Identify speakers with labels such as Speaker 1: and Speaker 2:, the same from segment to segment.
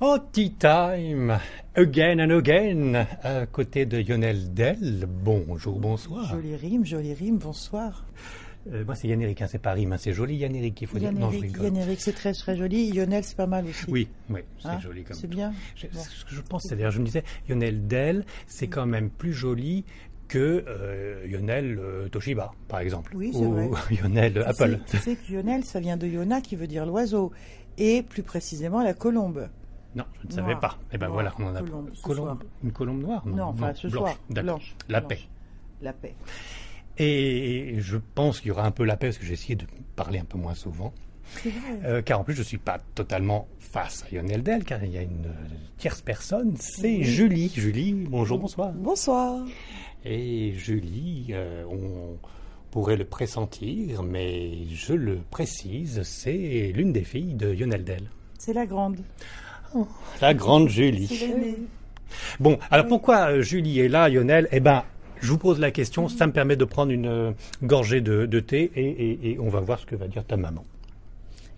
Speaker 1: Oh, Tea Time, again and again, à côté de Lionel Del. Bonjour, bonsoir.
Speaker 2: Jolie rime, jolie rime, bonsoir.
Speaker 1: Euh, moi, c'est Yann Eric, hein, c'est pas rime, hein, c'est joli Yann Eric, il faut dire.
Speaker 2: Yann
Speaker 1: Non, je
Speaker 2: Eric,
Speaker 1: rigole.
Speaker 2: Yann Eric, c'est très très joli. Lionel, c'est pas mal aussi.
Speaker 1: Oui, oui, c'est
Speaker 2: Hein,
Speaker 1: joli comme
Speaker 2: C'est
Speaker 1: tout.
Speaker 2: bien.
Speaker 1: Je,
Speaker 2: Bon.
Speaker 1: ce que je pense, c'est d'ailleurs, je me disais, Lionel Del, c'est quand même plus joli que euh, Lionel euh, Toshiba, par exemple.
Speaker 2: Oui, c'est
Speaker 1: ou
Speaker 2: vrai.
Speaker 1: Lionel euh,
Speaker 2: Tu sais-
Speaker 1: Apple.
Speaker 2: Tu sais que Lionel, ça vient de Yona, qui veut dire l'oiseau, et plus précisément la colombe.
Speaker 1: Non, je ne savais
Speaker 2: Noir.
Speaker 1: pas. Eh ben
Speaker 2: Noir.
Speaker 1: voilà, on en a
Speaker 2: Colombe, ce soir.
Speaker 1: colombe Une colombe noire Non,
Speaker 2: Non, enfin, ce
Speaker 1: blanche.
Speaker 2: soir.
Speaker 1: D'accord.
Speaker 2: Blanche.
Speaker 1: La
Speaker 2: Blanche.
Speaker 1: paix.
Speaker 2: La paix.
Speaker 1: Et je pense qu'il y aura un peu la paix, parce que j'ai essayé de parler un peu moins souvent.
Speaker 2: C'est vrai.
Speaker 1: Euh, car en plus, je ne suis pas totalement face à Lionel Del, car il y a une euh, tierce personne, c'est Julie. Julie, bonjour, bonsoir.
Speaker 3: Bonsoir.
Speaker 1: Et Julie, euh, on pourrait le pressentir, mais je le précise, c'est l'une des filles de Lionel Del.
Speaker 2: C'est la grande.
Speaker 1: La grande Julie.
Speaker 2: C'est l'aînée.
Speaker 1: Bon, alors pourquoi euh, Julie est là, Lionel Eh ben, je vous pose la question, ça me permet de prendre une euh, gorgée de, de thé et, et- et on va voir ce que va dire ta maman.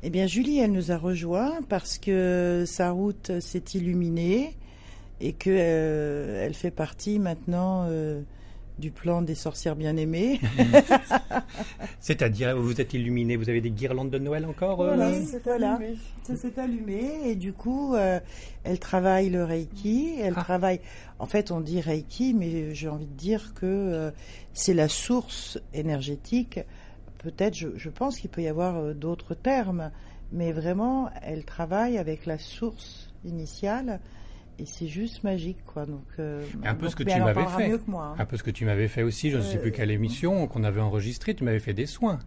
Speaker 2: Eh bien, Julie, elle nous a rejoint parce que sa route s'est illuminée et que euh, elle fait partie maintenant euh, du plan des sorcières bien-aimées.
Speaker 1: C'est-à-dire, vous êtes illuminé, vous avez des guirlandes de Noël encore euh,
Speaker 2: Voilà. c'est
Speaker 3: Voilà.
Speaker 2: allumé. Ça s'est allumé et du coup, euh, elle travaille le Reiki. Elle
Speaker 1: Ah.
Speaker 2: travaille. En fait, on dit Reiki, mais j'ai envie de dire que euh, c'est la source énergétique. Peut-être, je, je pense qu'il peut y avoir euh, d'autres termes, mais vraiment, elle travaille avec la source initiale. Et c'est juste magique, quoi. Donc, euh,
Speaker 1: Un peu ce
Speaker 2: donc-
Speaker 1: que
Speaker 2: mais
Speaker 1: tu
Speaker 2: elle en
Speaker 1: m'avais
Speaker 2: parlera
Speaker 1: fait. Ah.
Speaker 2: mieux que moi. hein.
Speaker 1: Un peu ce que tu m'avais fait aussi, je ne sais plus quelle émission qu'on avait enregistrée, tu m'avais fait des soins.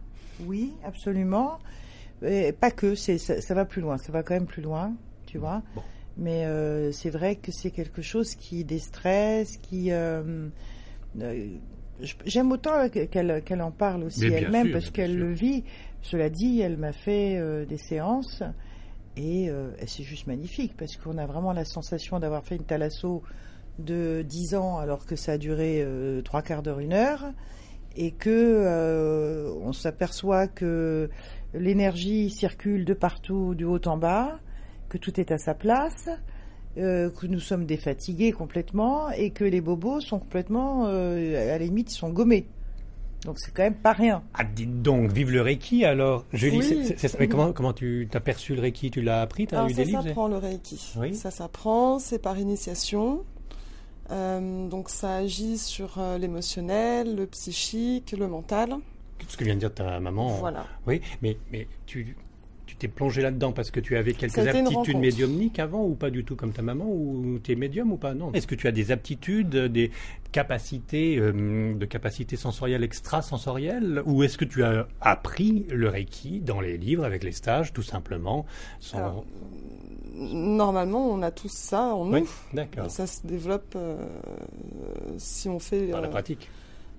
Speaker 2: Oui, absolument. Et Euh, pas que, c'est ça, ça va plus loin, ça va quand même plus loin, tu vois.
Speaker 1: Bon.
Speaker 2: Mais euh, c'est vrai que c'est quelque chose qui déstresse, qui... euh, euh, je- J'aime autant que- qu'elle qu'elle en parle aussi
Speaker 1: Mais bien
Speaker 2: elle-même
Speaker 1: sûr,
Speaker 2: parce
Speaker 1: mais bien
Speaker 2: qu'elle
Speaker 1: sûr.
Speaker 2: le vit. Cela dit, elle m'a fait euh, des séances et euh, et c'est juste magnifique parce qu'on a vraiment la sensation d'avoir fait une thalasso de 10 ans alors que ça a duré euh, trois quarts d'heure, une heure et que euh, on s'aperçoit que l'énergie circule de partout, du haut en bas, que tout est à sa place, euh, que nous sommes défatigués complètement et que les bobos sont complètement, euh, à la limite, ils sont gommés. Donc c'est quand même pas rien.
Speaker 1: Ah, dites donc, vive le Reiki alors Julie,
Speaker 3: Oui.
Speaker 1: c'est- c'est- c'est- mais comment, comment tu t'as perçu le Reiki Tu l'as appris Tu as
Speaker 3: Alors,
Speaker 1: eu
Speaker 3: ça
Speaker 1: des livres
Speaker 3: s'apprend le Reiki.
Speaker 1: Oui.
Speaker 3: Ça s'apprend, c'est par initiation. Euh, donc ça agit sur euh, l'émotionnel, le psychique, le mental.
Speaker 1: Tout ce que vient de dire ta maman.
Speaker 3: Voilà.
Speaker 1: Oui, mais, mais tu tu t'es plongé là-dedans parce que tu avais quelques
Speaker 3: Ça a été une
Speaker 1: aptitudes
Speaker 3: rencontre.
Speaker 1: médiumniques avant ou pas du tout comme ta maman ou tu es médium ou pas Non. Est-ce que tu as des aptitudes, euh, des capacités, euh, de capacités sensorielles extrasensorielles ou est-ce que tu as appris le Reiki dans les livres avec les stages tout simplement sans...
Speaker 3: Alors, Normalement, on a tous ça en nous.
Speaker 1: Oui, d'accord.
Speaker 3: Ça se développe euh, si on fait
Speaker 1: Par la
Speaker 3: euh,
Speaker 1: pratique.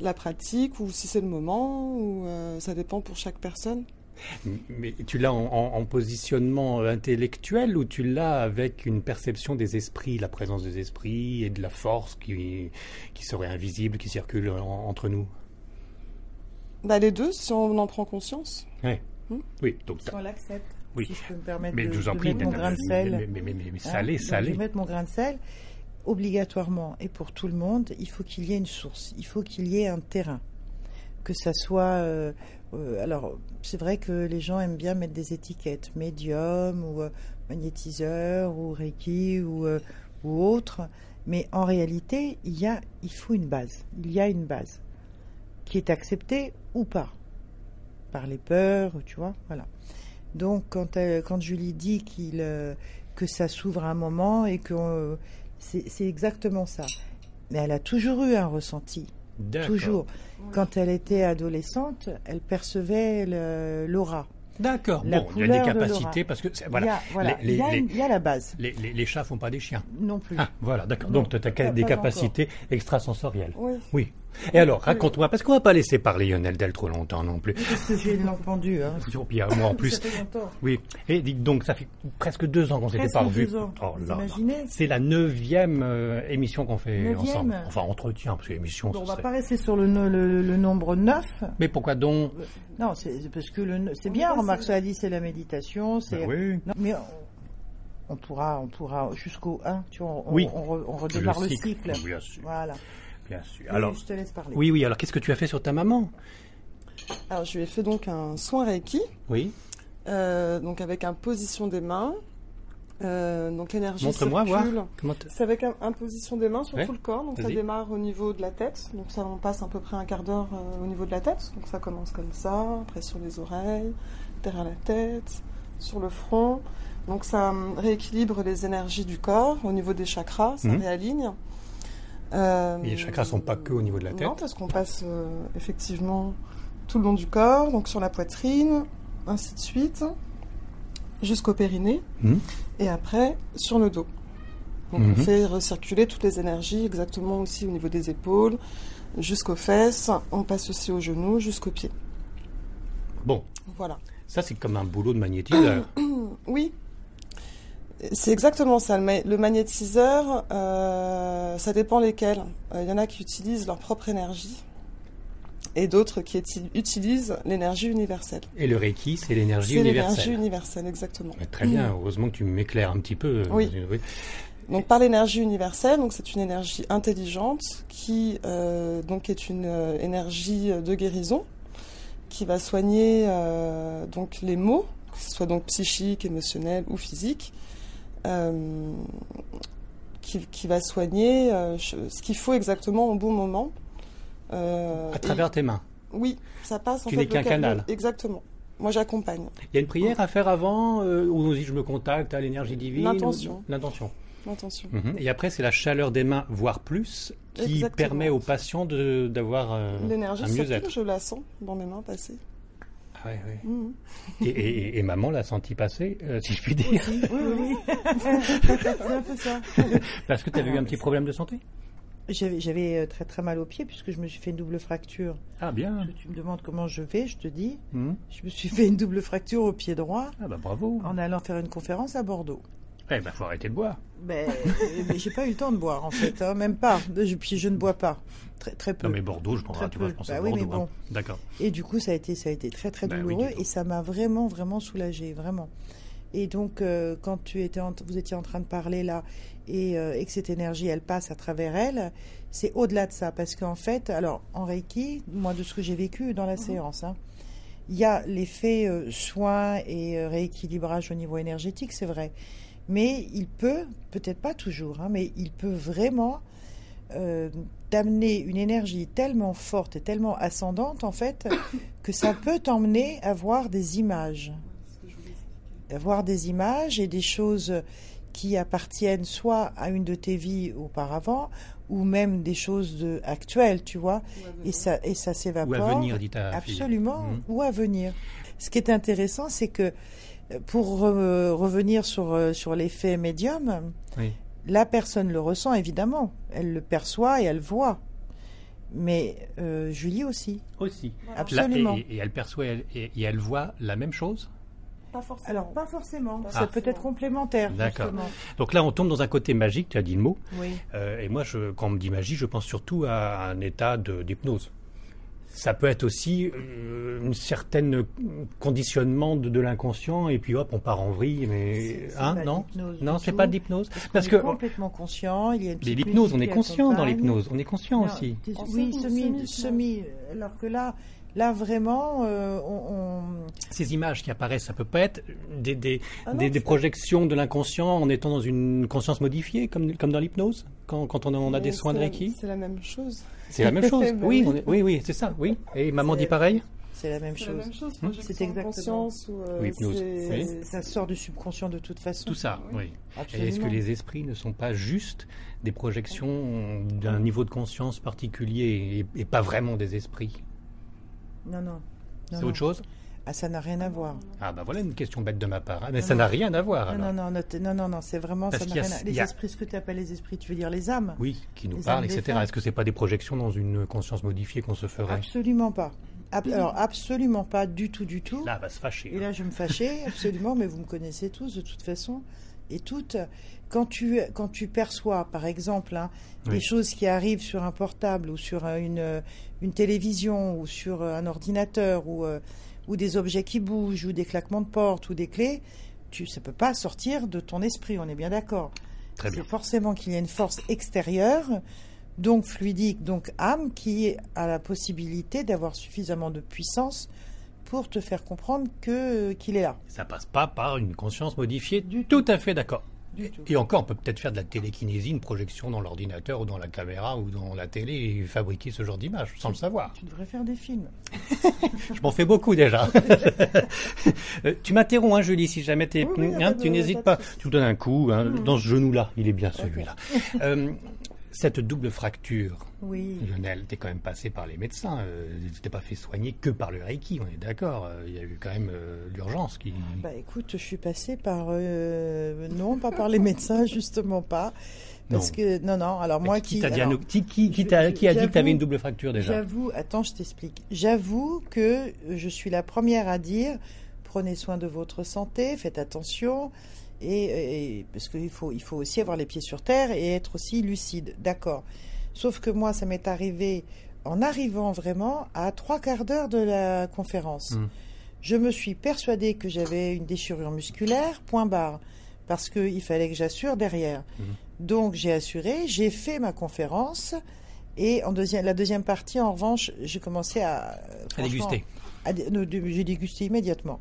Speaker 3: la pratique ou si c'est le moment. Ou, euh, ça dépend pour chaque personne.
Speaker 1: Mais tu l'as en, en- en positionnement intellectuel ou tu l'as avec une perception des esprits, la présence des esprits et de la force qui, qui serait invisible, qui circule en- entre nous
Speaker 3: Bah, les deux, si on en prend conscience.
Speaker 1: Oui, donc t'as-
Speaker 2: On l'accepte.
Speaker 1: Oui.
Speaker 2: Si je peux me permettre
Speaker 1: mais
Speaker 2: de,
Speaker 1: je vous en
Speaker 2: de
Speaker 1: prie,
Speaker 2: mettre mon
Speaker 1: mais-
Speaker 2: grain de
Speaker 1: mais,
Speaker 2: sel.
Speaker 1: mais- mais- mais- mais- mais
Speaker 2: Hein,
Speaker 1: salé,
Speaker 2: donc Je
Speaker 1: salé.
Speaker 2: vais mettre mon grain de sel. Obligatoirement, et pour tout le monde, il faut qu'il y ait une source, il faut qu'il y ait un terrain. Que ça soit. euh, euh, alors, c'est vrai que les gens aiment bien mettre des étiquettes, médium, ou euh, magnétiseur, ou reiki, ou, euh, ou autre. Mais en réalité, il, y a, il faut une base. Il y a une base qui est acceptée ou pas. Par les peurs, tu vois, voilà. Donc, quand, elle- quand Julie dit qu'il. euh, que ça s'ouvre à un moment et que euh, c'est c'est exactement ça. Mais elle a toujours eu un ressenti,
Speaker 1: D'accord.
Speaker 2: toujours. Quand elle était adolescente, elle percevait le- l'aura.
Speaker 1: D'accord.
Speaker 2: La
Speaker 1: Bon, il y a des
Speaker 2: couleur de
Speaker 1: capacités
Speaker 2: l'aura.
Speaker 1: parce que c'est-
Speaker 2: Il y
Speaker 1: voilà,
Speaker 2: a, voilà,
Speaker 1: les-
Speaker 2: il y a
Speaker 1: les-
Speaker 2: une- il y a la base,
Speaker 1: les, les- les chats font pas des chiens.
Speaker 2: non plus.
Speaker 1: Ah, voilà, d'accord.
Speaker 2: Non,
Speaker 1: Donc tu as
Speaker 2: pas-
Speaker 1: des
Speaker 2: pas
Speaker 1: capacités extrasensorielles.
Speaker 3: Oui.
Speaker 1: Oui. Et alors, raconte-moi, parce qu'on va pas laisser parler Lionel Del trop longtemps non plus.
Speaker 2: Parce que j'ai une langue pendue. hein.
Speaker 1: Puis, euh, moi en plus,
Speaker 2: Ça fait longtemps.
Speaker 1: Oui, et dites donc, ça fait presque deux ans qu'on s'était
Speaker 2: Presque
Speaker 1: pas revus.
Speaker 2: deux ans.
Speaker 1: Oh
Speaker 2: Vous
Speaker 1: là là.
Speaker 2: imaginez
Speaker 1: C'est la neuvième euh, émission qu'on fait
Speaker 2: Neuvième.
Speaker 1: ensemble. Enfin, entretien, parce que émission,
Speaker 2: Bon, on
Speaker 1: ce
Speaker 2: va
Speaker 1: serait-
Speaker 2: pas rester sur le, no- le- le nombre 9.
Speaker 1: Mais pourquoi donc
Speaker 2: Non, c'est c'est parce que le no- c'est bien, remarque, cela dit, c'est la méditation, c'est
Speaker 1: Ben Ah oui.
Speaker 2: Non, mais on, on pourra, on pourra jusqu'au 1, tu vois, on,
Speaker 1: Oui.
Speaker 2: on, re- on redémarre le cycle.
Speaker 1: Bien sûr.
Speaker 2: Voilà.
Speaker 1: Bien sûr.
Speaker 2: Alors,
Speaker 1: Alors,
Speaker 2: je te laisse parler.
Speaker 1: oui, oui. Alors, qu'est-ce que tu as fait sur ta maman
Speaker 3: Alors, je lui ai fait donc un soin Reiki,
Speaker 1: Oui.
Speaker 3: euh, donc avec un position des mains. Euh, donc l'énergie
Speaker 1: Montre-moi, voir.
Speaker 3: circule.
Speaker 1: Comment t-
Speaker 3: C'est avec un, un position des mains sur
Speaker 1: Ouais.
Speaker 3: tout le corps, donc ça
Speaker 1: Vas-y.
Speaker 3: démarre au niveau de la tête, donc ça on passe à peu près un quart d'heure euh, au niveau de la tête, donc ça commence comme ça, après sur les oreilles, derrière la tête, sur le front, donc ça hum, rééquilibre les énergies du corps au niveau des chakras, ça
Speaker 1: Mhm.
Speaker 3: réaligne. Euh,
Speaker 1: Et les chakras sont pas que au niveau de la tête.
Speaker 3: Non, parce qu'on passe euh, effectivement tout le long du corps, donc sur la poitrine, ainsi de suite, jusqu'au périnée,
Speaker 1: Mhm.
Speaker 3: et après sur le dos. Donc
Speaker 1: Mhm.
Speaker 3: on fait recirculer toutes les énergies, exactement aussi au niveau des épaules, jusqu'aux fesses, on passe aussi aux genoux, jusqu'aux pieds.
Speaker 1: Bon,
Speaker 3: Voilà.
Speaker 1: ça c'est comme un boulot de magnétiseur.
Speaker 3: Oui, c'est exactement ça. Le, ma- le magnétiseur, euh, ça dépend lesquels. Euh, Il y en a qui utilisent leur propre énergie et d'autres qui éti- utilisent l'énergie universelle.
Speaker 1: Et le Reiki, c'est l'énergie
Speaker 3: C'est l'énergie
Speaker 1: universelle.
Speaker 3: universelle, exactement.
Speaker 1: Ouais, Très
Speaker 2: Mm.
Speaker 1: bien. Heureusement que tu m'éclaires un petit peu. euh,
Speaker 3: Oui. Donc par l'énergie universelle, donc c'est une énergie intelligente qui euh, donc est une euh, énergie de guérison qui va soigner euh, donc les maux, que ce soit donc psychique, émotionnel ou physique, euh, qui, qui va soigner euh, ch- ce qu'il faut exactement au bon moment. Euh,
Speaker 1: À travers tes mains.
Speaker 3: et- oui, ça passe en
Speaker 1: Tu
Speaker 3: fait.
Speaker 1: n'es qu'un
Speaker 3: le câble-
Speaker 1: canal.
Speaker 3: Exactement. Moi j'accompagne.
Speaker 1: Il y a une prière à faire avant euh, ou si je me contacte à l'énergie divine.
Speaker 3: L'intention.
Speaker 1: ou- L'intention.
Speaker 3: Attention.
Speaker 1: Mhm. Et après, c'est la chaleur des mains, voire plus, qui
Speaker 3: Exactement.
Speaker 1: permet aux patients de- d'avoir euh,
Speaker 3: L'énergie,
Speaker 1: un
Speaker 3: surtout,
Speaker 1: mieux-être.
Speaker 3: je la sens dans mes mains passer.
Speaker 1: Ah ouais, ouais.
Speaker 3: Mhm.
Speaker 1: Et, et- et- et maman l'a senti passer, euh, si je puis dire,
Speaker 2: Oui, oui, oui.
Speaker 3: C'est un peu ça.
Speaker 1: parce que tu avais eu un petit problème de santé.
Speaker 2: J'avais- J'avais euh, très très mal au pied puisque je me suis fait une double fracture.
Speaker 1: Ah bien.
Speaker 2: Tu me demandes comment je vais, je te dis,
Speaker 1: Mhm.
Speaker 2: je me suis fait une double fracture au pied droit
Speaker 1: Ah bah bravo.
Speaker 2: en allant faire une conférence à Bordeaux.
Speaker 1: Eh ben faut arrêter de boire.
Speaker 2: Ben, mais j'ai pas eu le temps de boire en fait, hein, même pas. Je, puis je ne bois pas, très très peu.
Speaker 1: Non mais Bordeaux, je pense,
Speaker 2: Très
Speaker 1: tu vois, je
Speaker 2: peu.
Speaker 1: pense
Speaker 2: Bah
Speaker 1: à
Speaker 2: oui,
Speaker 1: Bordeaux.
Speaker 2: mais
Speaker 1: hein. D'accord.
Speaker 2: Et du coup, ça a été, ça a été très très
Speaker 1: Bah oui,
Speaker 2: douloureux
Speaker 1: du coup.
Speaker 2: et ça m'a vraiment vraiment soulagée, vraiment. Et donc, euh, quand tu étais, en- vous étiez en train de parler là et, euh, et que cette énergie, elle passe à travers elle, c'est au-delà de ça parce qu'en fait, alors en Reiki, moi de ce que j'ai vécu dans la séance, hein, il y a l'effet euh, soin et euh, rééquilibrage au niveau énergétique, c'est vrai. Mais il peut, peut-être pas toujours, hein, mais il peut vraiment euh, t'amener une énergie tellement forte et tellement ascendante, en fait, que ça peut t'emmener à voir des images. D'avoir des images et des choses qui appartiennent soit à une de tes vies auparavant, ou même des choses de, actuelles, tu vois, et ça, et ça
Speaker 1: Ou
Speaker 2: s'évapore.
Speaker 1: à venir, dit ta fille.
Speaker 2: Absolument,
Speaker 1: Mhm.
Speaker 2: ou à venir. Ce qui est intéressant, c'est que euh, pour euh, revenir sur, euh, sur l'effet médium,
Speaker 1: Oui.
Speaker 2: la personne le ressent évidemment, elle le perçoit et elle voit. Mais euh, Julie aussi,
Speaker 1: Aussi. Là, et-
Speaker 2: absolument.
Speaker 1: et, et elle perçoit elle- et, et elle voit la même chose.
Speaker 3: Pas forcément.
Speaker 2: Alors, pas forcément,
Speaker 3: Pas
Speaker 2: ça peut
Speaker 3: forcément.
Speaker 2: être complémentaire.
Speaker 1: D'accord.
Speaker 2: justement.
Speaker 1: Donc là, on tombe dans un côté magique. Tu as dit le mot.
Speaker 2: Oui.
Speaker 1: Euh, et moi, je, quand on me dit magie, je pense surtout à un état de- d'hypnose. Ça peut être aussi euh, une certaine conditionnement de, de l'inconscient et puis hop, on part en vrille. Mais
Speaker 2: C'est- c'est
Speaker 1: hein,
Speaker 2: pas
Speaker 1: non,
Speaker 2: d'hypnose
Speaker 1: non,
Speaker 2: du
Speaker 1: c'est
Speaker 2: tout.
Speaker 1: pas d'hypnose parce
Speaker 2: On est
Speaker 1: que
Speaker 2: complètement conscient, il y a
Speaker 1: mais
Speaker 2: une petite
Speaker 1: l'hypnose, on est
Speaker 2: musique qui
Speaker 1: conscient dans
Speaker 2: accompagne.
Speaker 1: l'hypnose, on est conscient
Speaker 2: Non,
Speaker 1: aussi.
Speaker 2: t'es-
Speaker 3: En
Speaker 2: oui,
Speaker 3: semi-
Speaker 2: semi,
Speaker 3: semi-
Speaker 2: semi. euh, Alors que là, là vraiment, euh, on- on,
Speaker 1: Ces images qui apparaissent, ça peut pas être des, des,
Speaker 3: Ah non,
Speaker 1: des,
Speaker 3: tout
Speaker 1: des
Speaker 3: à fait.
Speaker 1: projections de l'inconscient en étant dans une conscience modifiée, comme, comme dans l'hypnose, quand, quand on, a- on a des
Speaker 3: Mais
Speaker 1: soins de
Speaker 3: c'est la-
Speaker 1: Reiki.
Speaker 3: C'est la même chose.
Speaker 1: C'est la même chose.
Speaker 3: Ben
Speaker 1: Oui,
Speaker 3: oui.
Speaker 1: on est- oui, oui, c'est ça. Oui. Et maman
Speaker 2: C'est-
Speaker 1: dit pareil.
Speaker 2: C'est la même
Speaker 3: C'est la
Speaker 2: chose.
Speaker 3: même chose.
Speaker 1: Hmm.
Speaker 3: projection
Speaker 2: C'est exactement-
Speaker 3: conscience ou, euh,
Speaker 1: Ou hypnose.
Speaker 3: c'est-
Speaker 1: Oui.
Speaker 2: Ça sort du subconscient de toute façon.
Speaker 1: Tout ça. Oui. Et
Speaker 2: Absolument.
Speaker 1: Est-ce que les esprits ne sont pas juste des projections d'un niveau de conscience particulier et, et pas vraiment des esprits
Speaker 2: Non, non.
Speaker 1: C'est autre chose
Speaker 2: Ah, ça n'a rien à voir.
Speaker 1: Ah bah voilà une question bête de ma part. Ah, mais ça n'a rien à voir
Speaker 2: Non,
Speaker 1: alors.
Speaker 2: non, non, not- non, non, non, c'est vraiment.
Speaker 1: Parce
Speaker 2: Ça n'a
Speaker 1: qu'il y a-
Speaker 2: rien à...
Speaker 1: il
Speaker 2: Les
Speaker 1: y a-
Speaker 2: esprits, ce que tu appelles les esprits, tu veux dire les âmes
Speaker 1: Oui, qui nous
Speaker 2: Les
Speaker 1: parlent,
Speaker 2: âmes des
Speaker 1: etc.
Speaker 2: femmes.
Speaker 1: Est-ce que c'est pas des projections dans une conscience modifiée qu'on se ferait
Speaker 2: Absolument pas. Ab- Alors, absolument pas, du tout, du tout.
Speaker 1: Là, va se fâcher. hein.
Speaker 2: Et là, je me fâchais, absolument, mais vous me connaissez tous, de toute façon, et toutes. Quand tu, quand tu perçois, par exemple, hein, des
Speaker 1: Oui.
Speaker 2: choses qui arrivent sur un portable ou sur euh, une, euh, une télévision ou sur euh, un ordinateur ou, euh, ou des objets qui bougent ou des claquements de porte ou des clés, tu, ça peut pas sortir de ton esprit, on est bien d'accord.
Speaker 1: Très bien.
Speaker 2: C'est forcément qu'il y a une force extérieure, donc fluidique, donc âme, qui a la possibilité d'avoir suffisamment de puissance pour te faire comprendre que euh, qu'il est là.
Speaker 1: Ça passe pas par une conscience modifiée. Du tout à fait d'accord.
Speaker 2: Du tout.
Speaker 1: Et encore, on peut peut-être faire de la télékinésie, une projection dans l'ordinateur ou dans la caméra ou dans la télé et fabriquer ce genre d'image sans le savoir.
Speaker 2: Tu devrais faire des films.
Speaker 1: Je m'en fais beaucoup déjà. Euh, tu m'interromps, hein, Julie, si jamais t'es-
Speaker 2: Oui, oui, y a
Speaker 1: hein,
Speaker 2: pas de-
Speaker 1: tu n'hésites
Speaker 2: pas
Speaker 1: pas.
Speaker 2: de Mm.
Speaker 1: Tu donnes un coup hein, dans ce genou-là. Il est bien celui-là. Euh, cette double fracture,
Speaker 2: Oui.
Speaker 1: Lionel, t'es quand même passé par les médecins. Euh, t'es pas fait soigner que par le Reiki, on est d'accord. Euh, Il y a eu quand même euh, l'urgence qui.
Speaker 2: Bah écoute, je suis passée par euh, non, pas par les médecins justement pas, parce
Speaker 1: Non.
Speaker 2: que non non. Alors moi
Speaker 1: qui,
Speaker 2: qui,
Speaker 1: t'a
Speaker 2: alors,
Speaker 1: diagno- qui, qui- qui
Speaker 2: je-
Speaker 1: t'a- qui a dit que
Speaker 2: j'avoue-
Speaker 1: t'avais une double fracture déjà
Speaker 2: j'avoue, attends, je t'explique. J'avoue que je suis la première à dire prenez soin de votre santé, faites attention. Et, et- parce qu'il faut, il faut aussi avoir les pieds sur terre et être aussi lucide, d'accord. Sauf que moi, ça m'est arrivé en arrivant vraiment à trois quarts d'heure de la conférence.
Speaker 1: Mm.
Speaker 2: Je me suis persuadée que j'avais une déchirure musculaire, point barre, parce qu'il fallait que j'assure derrière.
Speaker 1: Mm.
Speaker 2: Donc j'ai assuré, j'ai fait ma conférence, et en deuxième, la deuxième partie, en revanche, j'ai commencé à...
Speaker 1: À
Speaker 2: franchement,
Speaker 1: déguster.
Speaker 2: à dé- Ah, non, dé- J'ai dégusté immédiatement,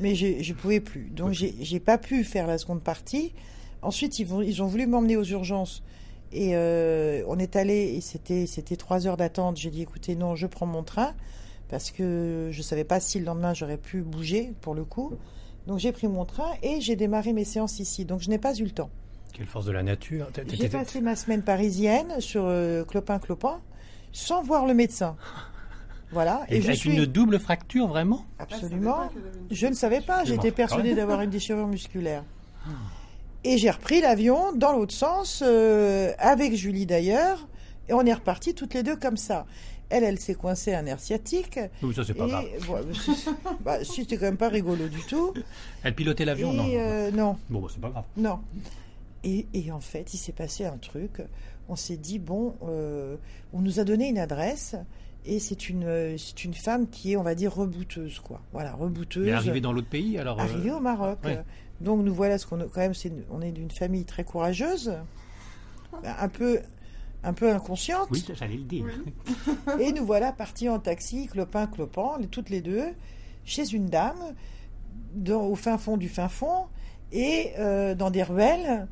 Speaker 2: mais je je pouvais plus. Donc j'ai j'ai pas pu faire la seconde partie. Ensuite, ils, vont, ils ont voulu m'emmener aux urgences. Et euh, on est allé, et c'était c'était trois heures d'attente. J'ai dit, écoutez, non, je prends mon train, parce que je savais pas si le lendemain j'aurais pu bouger, pour le coup. Donc j'ai pris mon train et j'ai démarré mes séances ici. Donc je n'ai pas eu le temps.
Speaker 1: Quelle force de la nature T'as- t'as-
Speaker 2: J'ai
Speaker 1: t'as-
Speaker 2: passé ma semaine parisienne sur euh, Clopin-Clopin, sans voir le médecin. Voilà.
Speaker 1: Et
Speaker 2: Et, je
Speaker 1: avec
Speaker 2: suis...
Speaker 1: une double fracture, vraiment
Speaker 3: Ah,
Speaker 2: Absolument. Je ne savais pas,
Speaker 1: Ah
Speaker 2: j'étais persuadée d'avoir une déchirure musculaire. Et j'ai repris l'avion dans l'autre sens, euh, avec Julie d'ailleurs, et on est repartis toutes les deux comme ça. Elle, elle s'est coincée un nerf sciatique.
Speaker 1: Oui, ça c'est pas
Speaker 2: et
Speaker 1: grave.
Speaker 2: bon, c'est- bah, si, c'était quand même pas rigolo du tout.
Speaker 1: Elle pilotait
Speaker 2: Et
Speaker 1: l'avion, non, non, non.
Speaker 2: euh, non,
Speaker 1: Bon, bah, c'est pas grave.
Speaker 2: non. Et, et en fait, il s'est passé un truc. On s'est dit, bon, euh, on nous a donné une adresse, et c'est une, euh, c'est une femme qui est, on va dire, rebouteuse, quoi. Voilà, rebouteuse.
Speaker 1: Mais arrivée dans l'autre pays, alors. euh,
Speaker 2: Arrivé au Maroc.
Speaker 1: ouais.
Speaker 2: Donc nous voilà, ce qu'on quand même, c'est on est d'une famille très courageuse, un peu, un peu inconsciente,
Speaker 1: Oui, ça, j'allais le dire.
Speaker 2: et nous voilà partis en taxi, clopin clopant, les- toutes les deux, chez une dame, dans- au fin fond du fin fond, et euh, dans des ruelles.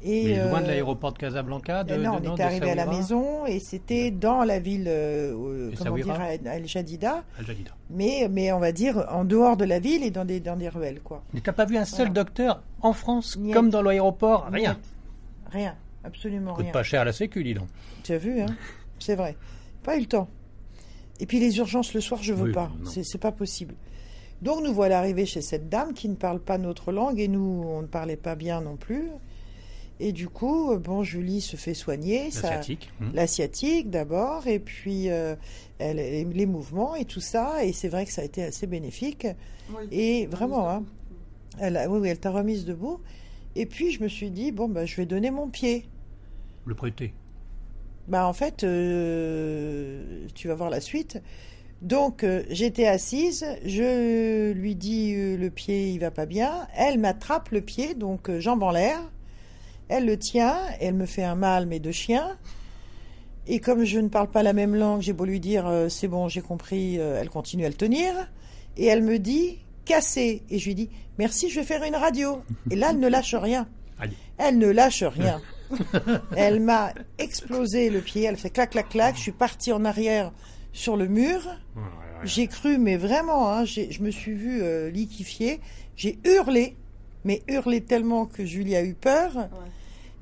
Speaker 2: Et
Speaker 1: Mais loin
Speaker 2: euh,
Speaker 1: de l'aéroport de Casablanca, de,
Speaker 2: eh non,
Speaker 1: de-
Speaker 2: on
Speaker 1: de
Speaker 2: était arrivé à la
Speaker 1: Saouira,
Speaker 2: maison et c'était dans la ville, euh, euh,
Speaker 1: De
Speaker 2: comment dire,
Speaker 1: Saouira
Speaker 2: à El Jadida,
Speaker 1: Al Jadida.
Speaker 2: mais, mais on va dire en dehors de la ville et dans des, dans des ruelles, quoi.
Speaker 1: Mais t'as pas vu un seul
Speaker 2: Voilà.
Speaker 1: docteur en France,
Speaker 2: Niet.
Speaker 1: comme dans l'aéroport Rien.
Speaker 2: Rien, absolument
Speaker 1: Coûte
Speaker 2: rien.
Speaker 1: pas cher à la Sécu, dis donc.
Speaker 2: Tu as vu, hein C'est vrai. Pas eu le temps. Et puis les urgences le soir, je veux
Speaker 1: Oui,
Speaker 2: pas.
Speaker 1: non.
Speaker 2: C'est c'est pas possible. Donc nous voilà arrivés chez cette dame qui ne parle pas notre langue et nous, on ne parlait pas bien non plus. Et du coup, euh, bon, Julie se fait soigner, ça-
Speaker 1: Asiatique.
Speaker 2: l'asiatique d'abord, et puis euh, elle- les, les mouvements et tout ça. Et c'est vrai que ça a été assez bénéfique. Et vraiment, hein, elle, a- oui, oui, elle t'a remise debout. Et puis je me suis dit, bon, bah, je vais donner mon pied.
Speaker 1: Le prêter.
Speaker 2: Bah en fait, euh, tu vas voir la suite. Donc euh, j'étais assise, je lui dis euh, le pied il va pas bien, elle m'attrape le pied, donc euh, jambe en l'air, elle le tient, elle me fait un mal mais de chien. Et comme je ne parle pas la même langue, j'ai beau lui dire euh, c'est bon j'ai compris, euh, elle continue à le tenir. Et elle me dit cassé. Et je lui dis merci, je vais faire une radio. Et là elle ne lâche rien.
Speaker 1: Allez.
Speaker 2: Elle ne lâche rien. Elle m'a explosé le pied, elle fait clac, clac, clac. Je suis partie en arrière sur le mur. J'ai cru, mais vraiment, hein, j'ai- je me suis vue euh, liquifiée. J'ai hurlé, mais hurlé tellement que Julie a eu peur.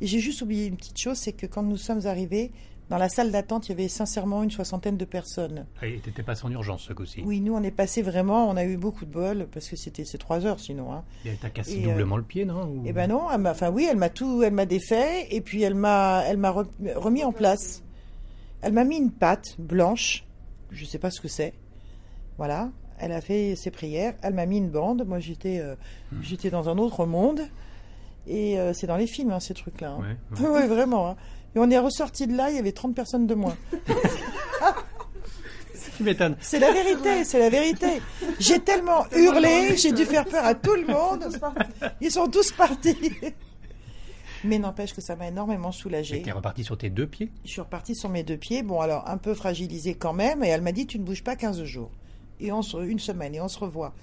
Speaker 2: Et j'ai juste oublié une petite chose, c'est que quand nous sommes arrivés, dans la salle d'attente, il y avait sincèrement une soixantaine de personnes.
Speaker 1: Et t'étais Ah, pas sans urgence, ce coup-ci.
Speaker 2: Oui, nous, on est passé vraiment, on a eu beaucoup de bol, parce que c'était ces trois heures sinon. hein.
Speaker 1: Et T'as cassé
Speaker 2: Et,
Speaker 1: doublement le pied, non Ou-
Speaker 2: Eh ben non, elle m'a, enfin oui, elle m'a tout, elle m'a défait et puis elle m'a, elle m'a re- remis en place. Elle m'a mis une pâte blanche, je sais pas ce que c'est. Voilà, elle a fait ses prières, elle m'a mis une bande. Moi j'étais, euh, j'étais dans un autre monde et euh, c'est dans les films hein, ces trucs-là. hein.
Speaker 1: Ouais, ouais.
Speaker 2: Ouais, vraiment. hein. Et on est ressorti de là, il y avait 30 personnes de moins.
Speaker 1: Tu m'étonnes.
Speaker 2: C'est la vérité, c'est la vérité. J'ai tellement hurlé, j'ai dû faire peur à tout le monde. Ils sont tous partis. Mais n'empêche que ça m'a énormément soulagée.
Speaker 1: T'es reparti sur tes deux pieds
Speaker 2: Je suis repartie sur mes deux pieds, bon alors un peu fragilisée quand même, et elle m'a dit tu ne bouges pas 15 jours, et on se, une semaine, et on se revoit.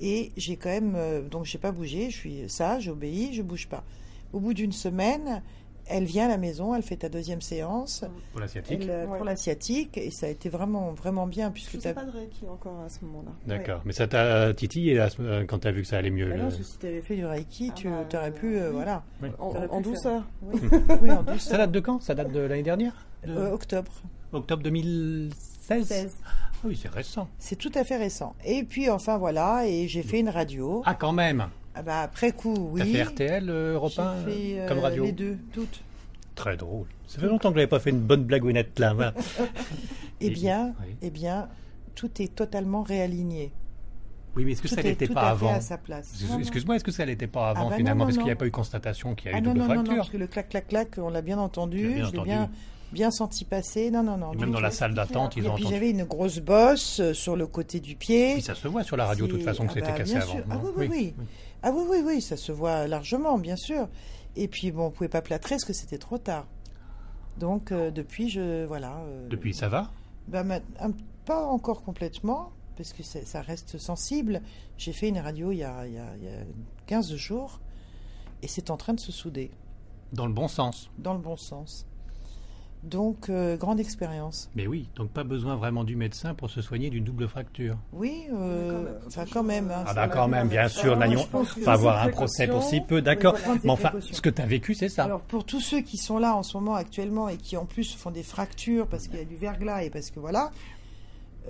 Speaker 2: Et j'ai quand même, euh, donc je n'ai pas bougé, je suis sage, j'obéis, je bouge pas. Au bout d'une semaine, elle vient à la maison, elle fait ta deuxième séance
Speaker 1: pour l'asiatique.
Speaker 2: elle, euh, pour
Speaker 3: Ouais.
Speaker 2: l'asiatique, et ça a été vraiment, vraiment bien,
Speaker 3: Je
Speaker 2: puisque
Speaker 3: faisais
Speaker 2: t'as-
Speaker 3: pas de Reiki encore à ce moment-là.
Speaker 1: D'accord. Mais ça t'a titillé à ce- euh, quand t'as vu que ça allait mieux.
Speaker 2: Bah
Speaker 1: le-
Speaker 2: non, parce que si tu avais fait du Reiki,
Speaker 3: Ah
Speaker 2: tu
Speaker 3: bah,
Speaker 2: aurais pu, euh,
Speaker 3: oui.
Speaker 2: voilà,
Speaker 3: En,
Speaker 2: T'aurais pu
Speaker 3: en
Speaker 2: le
Speaker 3: douceur. oui.
Speaker 2: oui, en douce.
Speaker 1: Ça date de quand Ça date de l'année dernière De-
Speaker 2: Euh, octobre.
Speaker 1: Octobre 2016
Speaker 3: 16.
Speaker 1: Ah oui, c'est récent.
Speaker 2: C'est tout à fait récent. Et puis enfin voilà, et j'ai fait une radio.
Speaker 1: Ah, quand même
Speaker 2: Ah bah, après coup, oui.
Speaker 1: T'as fait RTL, euh, Europe
Speaker 2: J'ai
Speaker 1: 1, euh,
Speaker 2: fait, euh,
Speaker 1: comme radio
Speaker 2: Les deux, toutes.
Speaker 1: Très drôle. Ça fait longtemps que j'avais pas fait une bonne blagounette là. voilà.
Speaker 2: Eh
Speaker 1: Et-
Speaker 2: bien,
Speaker 1: oui.
Speaker 2: eh bien, tout est totalement réaligné.
Speaker 1: Oui, mais est-ce que
Speaker 2: tout
Speaker 1: ça
Speaker 2: est
Speaker 1: l'était
Speaker 2: tout
Speaker 1: pas
Speaker 2: à
Speaker 1: avant
Speaker 2: fait à sa place.
Speaker 1: Excuse- Excuse-moi, est-ce que ça l'était pas avant
Speaker 2: bah non,
Speaker 1: finalement
Speaker 2: non,
Speaker 1: Parce qu'il n'y a
Speaker 2: non.
Speaker 1: pas eu constatation qu'il y a eu
Speaker 2: Ah non,
Speaker 1: double
Speaker 2: non, non, non,
Speaker 1: fracture.
Speaker 2: parce que le clac-clac-clac, on l'a bien
Speaker 1: Tu l'as
Speaker 2: entendu,
Speaker 1: bien
Speaker 2: je l'ai
Speaker 1: entendu.
Speaker 2: bien, bien senti passer. Non, non,
Speaker 1: Et
Speaker 2: non. du
Speaker 1: même dans
Speaker 2: tout.
Speaker 1: la salle d'attente,
Speaker 2: Et
Speaker 1: ils ont
Speaker 2: Ah, puis
Speaker 1: entendu.
Speaker 2: j'avais une grosse bosse euh, sur le côté du pied.
Speaker 1: Puis ça se voit sur la radio de toute
Speaker 2: C'est-
Speaker 1: façon que
Speaker 2: ah
Speaker 1: c'était
Speaker 2: bah,
Speaker 1: cassé
Speaker 2: bien
Speaker 1: avant.
Speaker 2: sûr. Ah
Speaker 1: non
Speaker 2: oui, oui, oui. Ah oui, oui, oui, ça se voit largement, bien sûr. Et puis, bon, on pouvait pas plâtrer parce que c'était trop tard. Donc, euh, depuis, je. Voilà. euh,
Speaker 1: Depuis, ça va
Speaker 2: bah, ma- un- Pas encore complètement, parce que c'est- ça reste sensible. J'ai fait une radio il y a, il y a- il y a 15 jours et c'est en train de se souder,
Speaker 1: Dans le bon sens.
Speaker 2: dans le bon sens. Donc, euh, grande expérience.
Speaker 1: Mais oui, donc pas besoin vraiment du médecin pour se soigner d'une double fracture.
Speaker 2: Oui, euh, enfin, quand même. hein,
Speaker 1: Ah
Speaker 2: ça
Speaker 1: bah
Speaker 2: m'a
Speaker 1: quand
Speaker 2: fait
Speaker 1: même,
Speaker 2: mal.
Speaker 1: bien sûr, n'ayons pas avoir un procès pour si peu, d'accord.
Speaker 2: Oui, voilà, c'est
Speaker 1: Mais enfin,
Speaker 2: précaution.
Speaker 1: ce que tu as vécu, c'est ça.
Speaker 2: Alors pour tous ceux qui sont là en ce moment actuellement et qui en plus font des fractures parce qu'il y a du verglas et parce que voilà,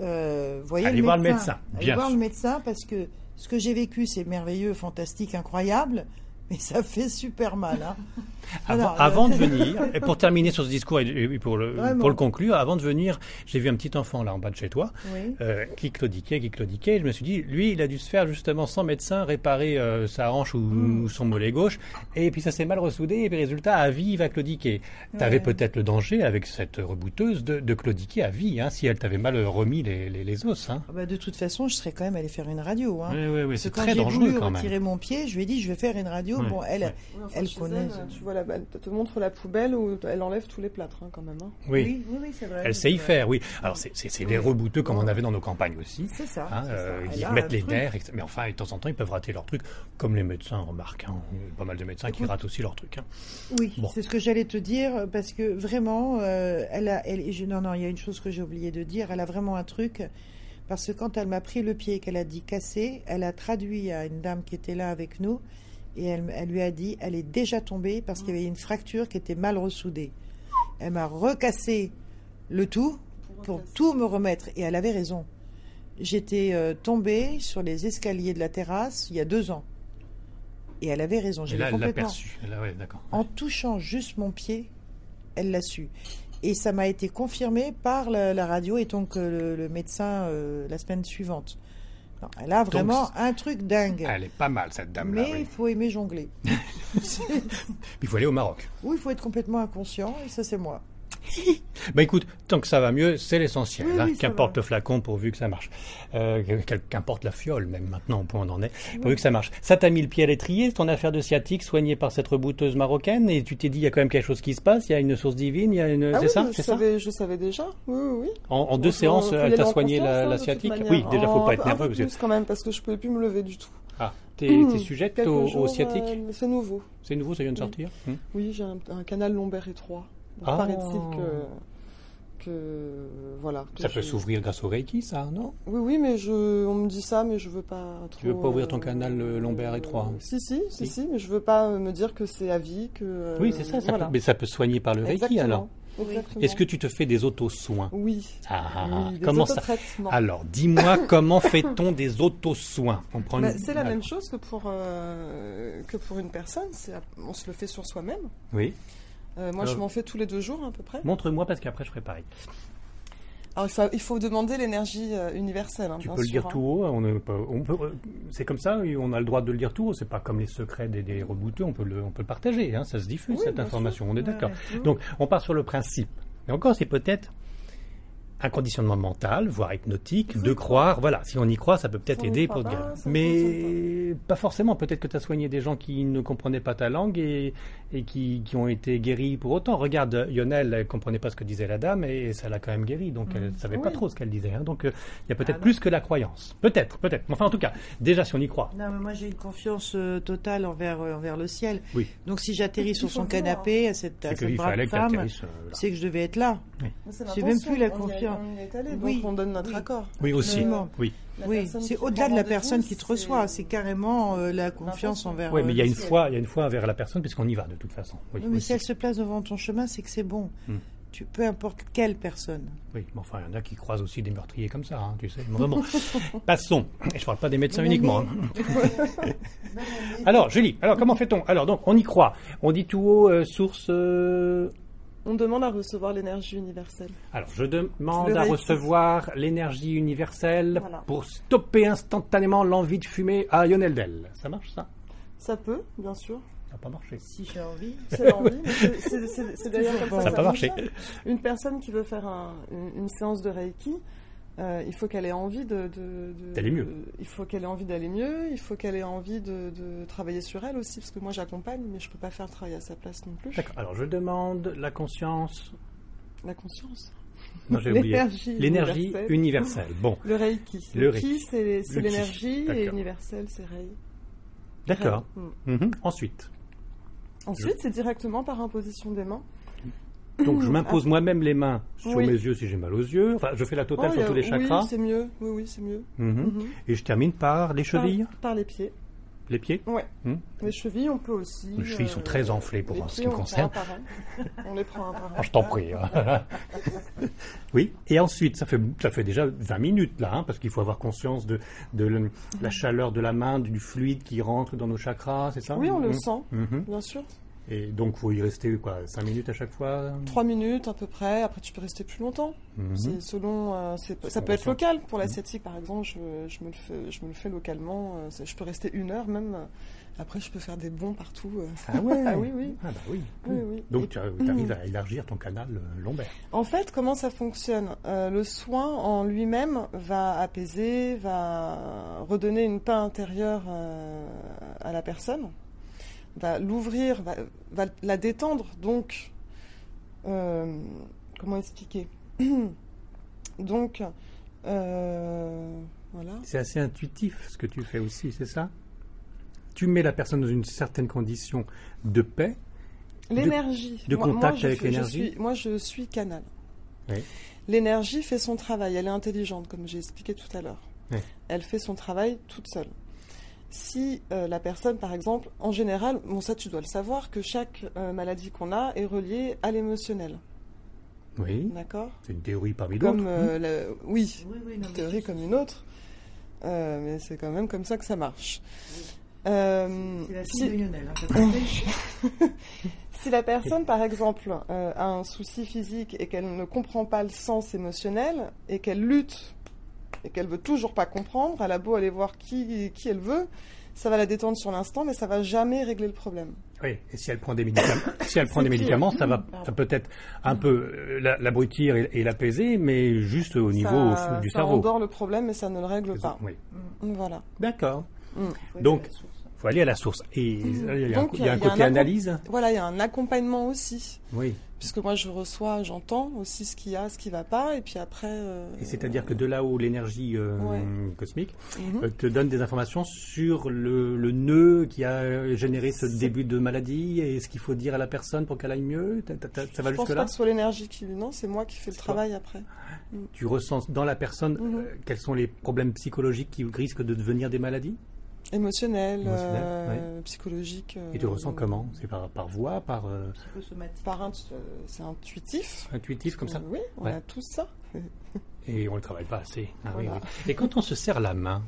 Speaker 2: euh, voyez
Speaker 1: Allez
Speaker 2: le
Speaker 1: voir le
Speaker 2: médecin.
Speaker 1: médecin,
Speaker 2: Allez
Speaker 1: bien
Speaker 2: voir
Speaker 1: sûr.
Speaker 2: le médecin parce que ce que j'ai vécu c'est merveilleux, fantastique, incroyable, mais ça fait super mal. hein. euh,
Speaker 1: Avant,
Speaker 2: Voilà.
Speaker 1: avant de venir, et pour terminer sur ce discours et- et pour le,
Speaker 2: Vraiment.
Speaker 1: pour le conclure, avant de venir, j'ai vu un petit enfant là en bas de chez toi
Speaker 2: Oui.
Speaker 1: euh, qui claudiquait, qui claudiquait. Et je me suis dit, lui, il a dû se faire justement sans médecin réparer euh, sa hanche ou,
Speaker 2: Hmm.
Speaker 1: ou son mollet gauche. Et puis ça s'est mal ressoudé. Et puis résultat, à vie, il va claudiquer. Tu avais
Speaker 2: Ouais.
Speaker 1: peut-être le danger avec cette rebouteuse de, de claudiquer à vie, hein, si elle t'avait mal remis les, les, les os. Hein.
Speaker 2: Ah bah, de toute façon, je serais quand même allée faire une radio. hein.
Speaker 1: Oui, oui, oui, c'est
Speaker 2: Parce que
Speaker 1: très
Speaker 2: quand
Speaker 1: dangereux
Speaker 2: j'ai voulu
Speaker 1: quand même.
Speaker 2: retirer mon pied, je lui ai dit je vais faire une radio.
Speaker 1: Ouais,
Speaker 2: Bon, elle,
Speaker 1: ouais.
Speaker 3: Oui, enfin,
Speaker 2: Elle
Speaker 3: chez
Speaker 2: connaît,
Speaker 3: elle,
Speaker 2: euh,
Speaker 3: tu vois, la, elle te montre la poubelle où elle enlève tous les plâtres hein, quand même. hein.
Speaker 1: Oui.
Speaker 2: oui, oui, c'est vrai.
Speaker 1: Elle sait y faire, oui. Alors, c'est- c'est c'est des rebouteux comme on avait dans nos campagnes aussi.
Speaker 2: C'est ça.
Speaker 1: Hein,
Speaker 2: c'est
Speaker 1: euh,
Speaker 2: ça. Elle
Speaker 1: ils
Speaker 2: a un
Speaker 1: remettent les
Speaker 2: truc.
Speaker 1: nerfs, etc. mais enfin, de temps en temps, ils peuvent rater leur truc, comme les médecins remarquent. hein. Il y a Pas mal de médecins qui ratent aussi leur truc. hein.
Speaker 2: Oui,
Speaker 1: Bon.
Speaker 2: c'est ce que j'allais te dire parce que vraiment, euh, elle a, elle, je- non, non, il y a une chose que j'ai oublié de dire. Elle a vraiment un truc parce que quand elle m'a pris le pied et qu'elle a dit cassé, elle a traduit à une dame qui était là avec nous et elle, elle lui a dit, elle est déjà tombée parce qu'il y avait une fracture qui était mal ressoudée. Elle m'a recassé le tout pour tout me remettre et elle avait raison. J'étais euh, tombée sur les escaliers de la terrasse il y a deux ans et elle avait raison.
Speaker 1: Et
Speaker 2: J'avais
Speaker 1: là, elle l'a
Speaker 2: complètement
Speaker 1: perçu. Elle a- ouais, d'accord.
Speaker 2: en touchant juste mon pied, elle l'a su. Et ça m'a été confirmé par la, la radio et donc euh, le, le médecin euh, la semaine suivante. Non, elle a vraiment un truc dingue.
Speaker 1: Elle est pas mal, cette dame-là.
Speaker 2: Mais
Speaker 1: Ah, oui.
Speaker 2: il faut aimer jongler.
Speaker 1: Puis Il faut aller au Maroc.
Speaker 2: Ou il faut être complètement inconscient, et ça c'est moi.
Speaker 1: Bah écoute, tant que ça va mieux, c'est l'essentiel.
Speaker 3: Oui,
Speaker 1: hein.
Speaker 3: oui, ça
Speaker 1: Qu'importe
Speaker 3: va.
Speaker 1: le flacon pourvu que ça marche. Euh, qu'elle- Qu'importe la fiole, même maintenant, au point où on en est, pourvu que ça marche. Ça t'a mis le pied à l'étrier, ton affaire de sciatique soignée par cette rebouteuse marocaine, et tu t'es dit, il y a quand même quelque chose qui se passe, il y a une source divine, il y a une. Euh,
Speaker 3: Ah
Speaker 1: c'est
Speaker 3: oui,
Speaker 1: ça,
Speaker 3: je,
Speaker 1: c'est ça
Speaker 3: savais, je savais déjà. Oui, oui, oui.
Speaker 1: En, en deux
Speaker 3: Faut-
Speaker 1: séances,
Speaker 3: faut y
Speaker 1: elle
Speaker 3: aller
Speaker 1: t'a
Speaker 3: en
Speaker 1: soigné
Speaker 3: confiance, hein,
Speaker 1: la,
Speaker 3: de
Speaker 1: la
Speaker 3: toute
Speaker 1: sciatique
Speaker 3: manière.
Speaker 1: Oui, déjà, faut
Speaker 3: En-
Speaker 1: pas
Speaker 3: un
Speaker 1: être
Speaker 3: peu- un
Speaker 1: nerveux.
Speaker 3: peu
Speaker 1: Parce que...
Speaker 3: plus quand même parce que je pouvais plus me lever du tout.
Speaker 1: Ah, t'es t'es sujette
Speaker 3: Mmh. Quelques
Speaker 1: au, au
Speaker 3: jours,
Speaker 1: sciatique
Speaker 3: euh, mais c'est nouveau.
Speaker 1: C'est nouveau, ça vient de sortir Hmm.
Speaker 3: Oui, j'ai un, un canal lombaire étroit. Donc,
Speaker 1: Ah.
Speaker 3: Paraît-il que, que voilà. que
Speaker 1: Ça peut
Speaker 3: je-
Speaker 1: s'ouvrir grâce au Reiki, ça, non
Speaker 3: Oui, oui, mais je, on me dit ça, mais je veux pas trop.
Speaker 1: veux pas ouvrir ton canal, euh, lombaire étroit, hein.
Speaker 3: Si, si, si,
Speaker 1: Si.
Speaker 3: si, mais je veux pas euh, me dire que c'est à vie, que. euh,
Speaker 1: Oui, c'est ça, ça
Speaker 3: voilà.
Speaker 1: peut- mais ça peut soigner par le Reiki,
Speaker 3: Exactement,
Speaker 1: alors.
Speaker 3: exactement.
Speaker 1: Est-ce que tu te fais des auto-soins
Speaker 3: Oui.
Speaker 1: Ah, ah, ah.
Speaker 3: Oui, des
Speaker 1: comment ça
Speaker 3: autotraitements.
Speaker 1: Alors, dis-moi, comment fait-on des auto-soins On prend
Speaker 3: Bah,
Speaker 1: une-
Speaker 3: c'est la
Speaker 1: Ah,
Speaker 3: même chose que pour, euh, que pour une personne. c'est- On se le fait sur soi-même.
Speaker 1: Oui.
Speaker 3: Euh, moi, je
Speaker 1: Euh.
Speaker 3: m'en fais tous les deux jours à peu près.
Speaker 1: Montre-moi, parce qu'après, je ferai pareil.
Speaker 3: Alors, il faut, il faut demander l'énergie euh, universelle. hein,
Speaker 1: Tu
Speaker 3: bien
Speaker 1: peux le
Speaker 3: sûr,
Speaker 1: dire
Speaker 3: hein.
Speaker 1: tout haut, on est pas- on peut, euh, c'est comme ça, oui, on a le droit de le dire tout haut, c'est pas comme les secrets des, des rebouteux, on peut le, on peut le partager, hein, ça se diffuse
Speaker 3: Oui,
Speaker 1: cette
Speaker 3: bien
Speaker 1: information, on est
Speaker 2: Ouais,
Speaker 1: d'accord.
Speaker 2: ouais.
Speaker 1: Donc on part sur le principe. Mais encore, c'est peut-être un conditionnement mental, voire hypnotique, de croire. Voilà, si on y croit, ça peut peut-être
Speaker 3: Si on y
Speaker 1: aider
Speaker 3: croit
Speaker 1: pour te
Speaker 3: pas,
Speaker 1: guérir.
Speaker 3: ça
Speaker 1: Mais pas forcément. Peut-être que tu as soigné des gens qui ne comprenaient pas ta langue et, et qui, qui ont été guéris pour autant. Regarde, euh, Lionel elle comprenait pas ce que disait la dame et ça l'a quand même guéri. Donc elle savait pas
Speaker 3: Mm. Oui. Ah,
Speaker 1: trop ce qu'elle disait. hein. Donc euh, il y a peut-être plus que la croyance. Peut-être, peut-être. Enfin, en tout cas, déjà si on y croit.
Speaker 2: Non, mais moi j'ai une confiance euh, totale envers, euh, envers le ciel.
Speaker 1: Oui.
Speaker 2: Donc si j'atterris sur
Speaker 3: faut
Speaker 2: son
Speaker 3: le voir.
Speaker 2: canapé à cette, à
Speaker 1: C'est
Speaker 2: cette
Speaker 1: qu'il
Speaker 2: brave
Speaker 1: fallait que
Speaker 2: femme,
Speaker 1: t'atterrisses, euh, là.
Speaker 2: c'est que je devais être là.
Speaker 3: Mais c'est
Speaker 2: J'ai
Speaker 3: l'intention,
Speaker 2: même plus la
Speaker 3: on y est-
Speaker 2: confiance.
Speaker 3: on y est allé,
Speaker 2: Oui,
Speaker 3: donc on donne notre
Speaker 2: oui.
Speaker 3: accord.
Speaker 1: Oui, aussi.
Speaker 2: Absolument.
Speaker 1: Oui.
Speaker 3: La
Speaker 2: oui,
Speaker 3: personne
Speaker 2: c'est
Speaker 3: qui
Speaker 2: au-delà de la
Speaker 3: prend
Speaker 2: personne
Speaker 3: rendez-vous,
Speaker 2: qui te reçoit.
Speaker 3: c'est-
Speaker 2: C'est carrément euh, la confiance
Speaker 3: L'intention.
Speaker 2: envers.
Speaker 1: Oui, mais il y a
Speaker 2: euh,
Speaker 1: une
Speaker 2: le ciel.
Speaker 1: foi, il y a une foi envers la personne puisqu'on y va de toute façon. Oui,
Speaker 2: Oui, mais
Speaker 1: aussi.
Speaker 2: si elle se place devant ton chemin, c'est que c'est bon.
Speaker 1: Hmm.
Speaker 2: Tu, peu importe quelle personne.
Speaker 1: Oui, mais enfin, il y en a qui croisent aussi des meurtriers comme ça, hein, tu sais. Bon, bon, passons. Et je parle pas des médecins uniquement. hein. Alors, Julie, alors comment fait-on Alors, donc, on y croit. On dit tout haut, euh, source. euh,
Speaker 3: On demande à recevoir l'énergie universelle.
Speaker 1: Alors, je demande
Speaker 3: Le
Speaker 1: à
Speaker 3: Reiki.
Speaker 1: recevoir l'énergie universelle
Speaker 3: Voilà.
Speaker 1: pour stopper instantanément l'envie de fumer à Lionel Dell. Ça marche, ça
Speaker 3: Ça peut, bien sûr.
Speaker 1: Ça n'a pas marché.
Speaker 2: Si j'ai envie.
Speaker 3: C'est l'envie, mais c'est- c'est- c'est c'est d'ailleurs comme ça.
Speaker 1: Ça n'a
Speaker 3: que
Speaker 1: pas marché.
Speaker 3: fonctionne. Une personne qui veut faire un- une, une séance de Reiki, euh, il faut qu'elle ait envie de. de- de-
Speaker 1: D'aller mieux.
Speaker 3: de- il faut qu'elle ait envie d'aller mieux, il faut qu'elle ait envie de, de travailler sur elle aussi, parce que moi j'accompagne, mais je peux pas faire le travail à sa place non plus.
Speaker 1: D'accord. Alors, je demande la conscience.
Speaker 3: La conscience.
Speaker 1: Non, j'ai oublié.
Speaker 3: L'énergie.
Speaker 1: L'énergie
Speaker 3: universelle.
Speaker 1: universelle. Bon,
Speaker 3: Le Reiki.
Speaker 1: Le
Speaker 3: Le,
Speaker 1: Reiki.
Speaker 3: Ki, c'est
Speaker 1: Le
Speaker 3: c'est
Speaker 1: Ki.
Speaker 3: l'énergie, et
Speaker 1: D'accord.
Speaker 3: universel, c'est Rei.
Speaker 1: d'accord.
Speaker 3: Rei. Mm.
Speaker 1: Mhm. Ensuite.
Speaker 3: Ensuite, c'est directement par imposition des mains.
Speaker 1: Donc je m'impose moi-même les mains sur
Speaker 3: Mhm. Ah. Oui.
Speaker 1: mes yeux si j'ai mal aux yeux. Enfin, je fais la totale
Speaker 3: Oh, il y
Speaker 1: sur
Speaker 3: a-
Speaker 1: tous les chakras.
Speaker 3: Oui, c'est mieux. Oui, oui, c'est mieux.
Speaker 1: Mhm.
Speaker 3: Mhm. Ah.
Speaker 1: Et je termine par les chevilles,
Speaker 3: Par, par les pieds.
Speaker 1: les pieds.
Speaker 3: Ouais.
Speaker 1: Hmm.
Speaker 3: Les chevilles, on peut aussi. euh,
Speaker 1: Les chevilles sont très enflées pour
Speaker 3: les
Speaker 1: en ce
Speaker 3: pieds,
Speaker 1: qui me
Speaker 3: on prend
Speaker 1: concerne.
Speaker 3: un par un. On les prend un par un.
Speaker 1: Ah, je t'en prie. hein. oui. Et ensuite, ça fait, ça fait déjà 20 minutes là, hein, parce qu'il faut avoir conscience de, de le-
Speaker 3: Mhm.
Speaker 1: la chaleur de la main, du fluide qui rentre dans nos chakras, c'est ça
Speaker 3: Oui, on le
Speaker 1: Mhm.
Speaker 3: sent,
Speaker 1: Mhm.
Speaker 3: bien sûr.
Speaker 1: Et donc, faut y rester quoi, 5 minutes à chaque fois
Speaker 3: Trois minutes à peu près. Après, tu peux rester plus longtemps.
Speaker 1: Mhm.
Speaker 3: C'est selon. euh, c'est- ça
Speaker 1: qu'on
Speaker 3: peut être
Speaker 1: ressent. Hmm.
Speaker 3: local. Pour l'asiatique, par exemple, je, je me le fais, je me le fais localement. euh, c'est- Je peux rester une heure même. Après, je peux faire des bons partout. euh.
Speaker 1: Ah ouais
Speaker 3: Ah oui, oui.
Speaker 1: Ah bah oui.
Speaker 3: Oui, oui.
Speaker 1: Donc, tu
Speaker 3: mmh.
Speaker 1: arrives à élargir ton canal euh, lombaire.
Speaker 3: En fait, comment ça fonctionne Euh, Le soin en lui-même va apaiser, va redonner une paix intérieure euh, à la personne, va l'ouvrir, va, va la détendre. Donc, euh, comment expliquer Donc, euh, voilà.
Speaker 1: C'est assez intuitif ce que tu fais aussi, c'est ça Tu mets la personne dans une certaine condition de paix.
Speaker 3: L'énergie.
Speaker 1: de contact
Speaker 3: je
Speaker 1: avec
Speaker 3: fais- je
Speaker 1: l'énergie.
Speaker 3: suis- Moi, je suis canal.
Speaker 1: Oui.
Speaker 3: L'énergie fait son travail. Elle est intelligente, comme j'ai expliqué tout à l'heure.
Speaker 1: Oui.
Speaker 3: Elle fait son travail toute seule. Si euh, la personne, par exemple, en général, bon ça tu dois le savoir, que chaque euh, maladie qu'on a est reliée à l'émotionnel,
Speaker 1: Oui.
Speaker 3: d'accord
Speaker 1: C'est une théorie parmi d'autres.
Speaker 3: Comme euh, le- oui,
Speaker 2: Oui, oui, non,
Speaker 3: une
Speaker 2: mais
Speaker 3: théorie comme une autre, Euh, mais c'est quand même comme ça que ça marche. Euh,
Speaker 2: c'est la
Speaker 3: si-
Speaker 2: fille de Lionel, hein,
Speaker 3: Ah.
Speaker 2: t'as compris
Speaker 3: Si la personne, par exemple, euh, a un souci physique et qu'elle ne comprend pas le sens émotionnel et qu'elle lutte et qu'elle veut toujours pas comprendre, elle a beau aller voir qui, qui elle veut, ça va la détendre sur l'instant, mais ça va jamais régler le problème.
Speaker 1: Oui. Et si elle prend des médicaments, si elle prend
Speaker 3: C'est
Speaker 1: des
Speaker 3: pire.
Speaker 1: médicaments, ça va, ça peut être un peu euh, la- l'abrutir et, et l'apaiser, mais juste au niveau
Speaker 3: ça,
Speaker 1: du
Speaker 3: ça
Speaker 1: cerveau.
Speaker 3: endort le problème, mais ça ne le règle pas.
Speaker 1: Oui.
Speaker 3: Voilà.
Speaker 1: D'accord.
Speaker 2: Ouais,
Speaker 1: Donc,
Speaker 2: c'est la source.
Speaker 1: Faut aller à la source. Et là, il y a un,
Speaker 3: Mmh. Donc,
Speaker 1: co- il y a un côté
Speaker 3: accom-
Speaker 1: analyse.
Speaker 3: Voilà, il y a un accompagnement aussi,
Speaker 1: Oui.
Speaker 3: puisque moi je reçois, j'entends aussi ce qu'il y a, ce qui va pas, et puis après. euh,
Speaker 1: Et c'est-à-dire que de là-haut, l'énergie euh,
Speaker 3: Ouais.
Speaker 1: cosmique
Speaker 3: Mhm.
Speaker 1: euh, te donne des informations sur le, le nœud qui a généré ce
Speaker 3: C'est-
Speaker 1: début de maladie et ce qu'il faut dire à la personne pour qu'elle aille mieux. T'as- t'as- t'as- Ça va
Speaker 3: je pense
Speaker 1: jusque-là
Speaker 3: pas que ce soit l'énergie qui lui, non, c'est moi qui fais le
Speaker 1: C'est
Speaker 3: travail après.
Speaker 1: Tu ressens dans la personne
Speaker 3: Mhm.
Speaker 1: euh, quels sont les problèmes psychologiques qui risquent de devenir des maladies
Speaker 3: Émotionnel,
Speaker 1: Émotionnel,
Speaker 3: euh, psychologique.
Speaker 1: Et tu
Speaker 3: euh,
Speaker 1: ressens comment C'est par, par voix, par euh,
Speaker 2: Un peu somatique.
Speaker 3: par int- euh, C'est intuitif. Euh,
Speaker 1: intuitif comme ça
Speaker 3: Oui, on
Speaker 1: Ouais.
Speaker 3: a tous ça.
Speaker 1: Et on ne le travaille pas assez. Ah oui,
Speaker 3: Voilà.
Speaker 1: oui. Et quand on se serre la main,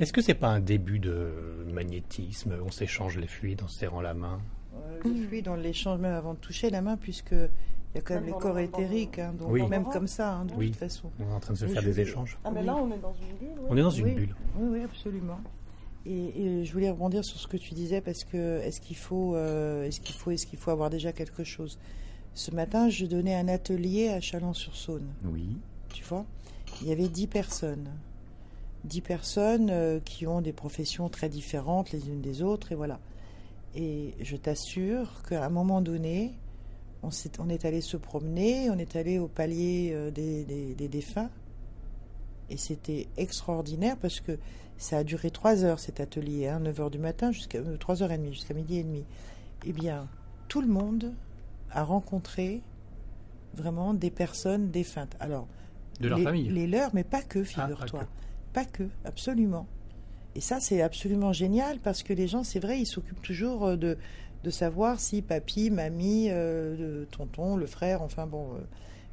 Speaker 1: est-ce que c'est pas un début de magnétisme On s'échange les fluides en se serrant la main.
Speaker 2: Euh, le fluide, on l'échange même avant de toucher la main, puisque il y a quand même
Speaker 3: Hmm. Même
Speaker 2: les
Speaker 3: dans
Speaker 2: corps
Speaker 3: le- dans le-
Speaker 2: éthériques, hein, donc
Speaker 1: Oui.
Speaker 2: même comme ça, hein, de
Speaker 1: Oui.
Speaker 2: toute façon.
Speaker 1: On est en train de se
Speaker 2: Oui,
Speaker 1: faire
Speaker 2: je
Speaker 1: des
Speaker 2: suis-
Speaker 1: échanges.
Speaker 3: Ah, mais là, on est dans une bulle.
Speaker 1: On est dans une
Speaker 2: Oui.
Speaker 1: bulle.
Speaker 2: Oui, oui, absolument. Et, et je voulais rebondir sur ce que tu disais parce que est-ce qu'il faut, euh, est-ce qu'il faut, est-ce qu'il faut avoir déjà quelque chose Ce matin, je donnais un atelier à Chalon-sur-Saône
Speaker 1: Oui.
Speaker 2: tu vois. Il y avait dix personnes. Dix personnes euh, qui ont des professions très différentes les unes des autres, et voilà. Et je t'assure qu'à un moment donné, on, s'est- on est allé se promener, on est allé au palier euh, des, des- des défunts, et c'était extraordinaire parce que ça a duré trois heures cet atelier, hein, 9 heures du matin jusqu'à euh, 3h30, jusqu'à midi et demi. Eh bien, tout le monde a rencontré vraiment des personnes défuntes. Alors,
Speaker 1: De leur
Speaker 2: les,
Speaker 1: famille.
Speaker 2: les leurs, mais pas que,
Speaker 1: Ah,
Speaker 2: figure-toi.
Speaker 1: ok.
Speaker 2: pas que, absolument. Et ça, c'est absolument génial parce que les gens, c'est vrai, ils s'occupent toujours euh, de, de savoir si papy, mamie, euh, le tonton, le frère, enfin bon,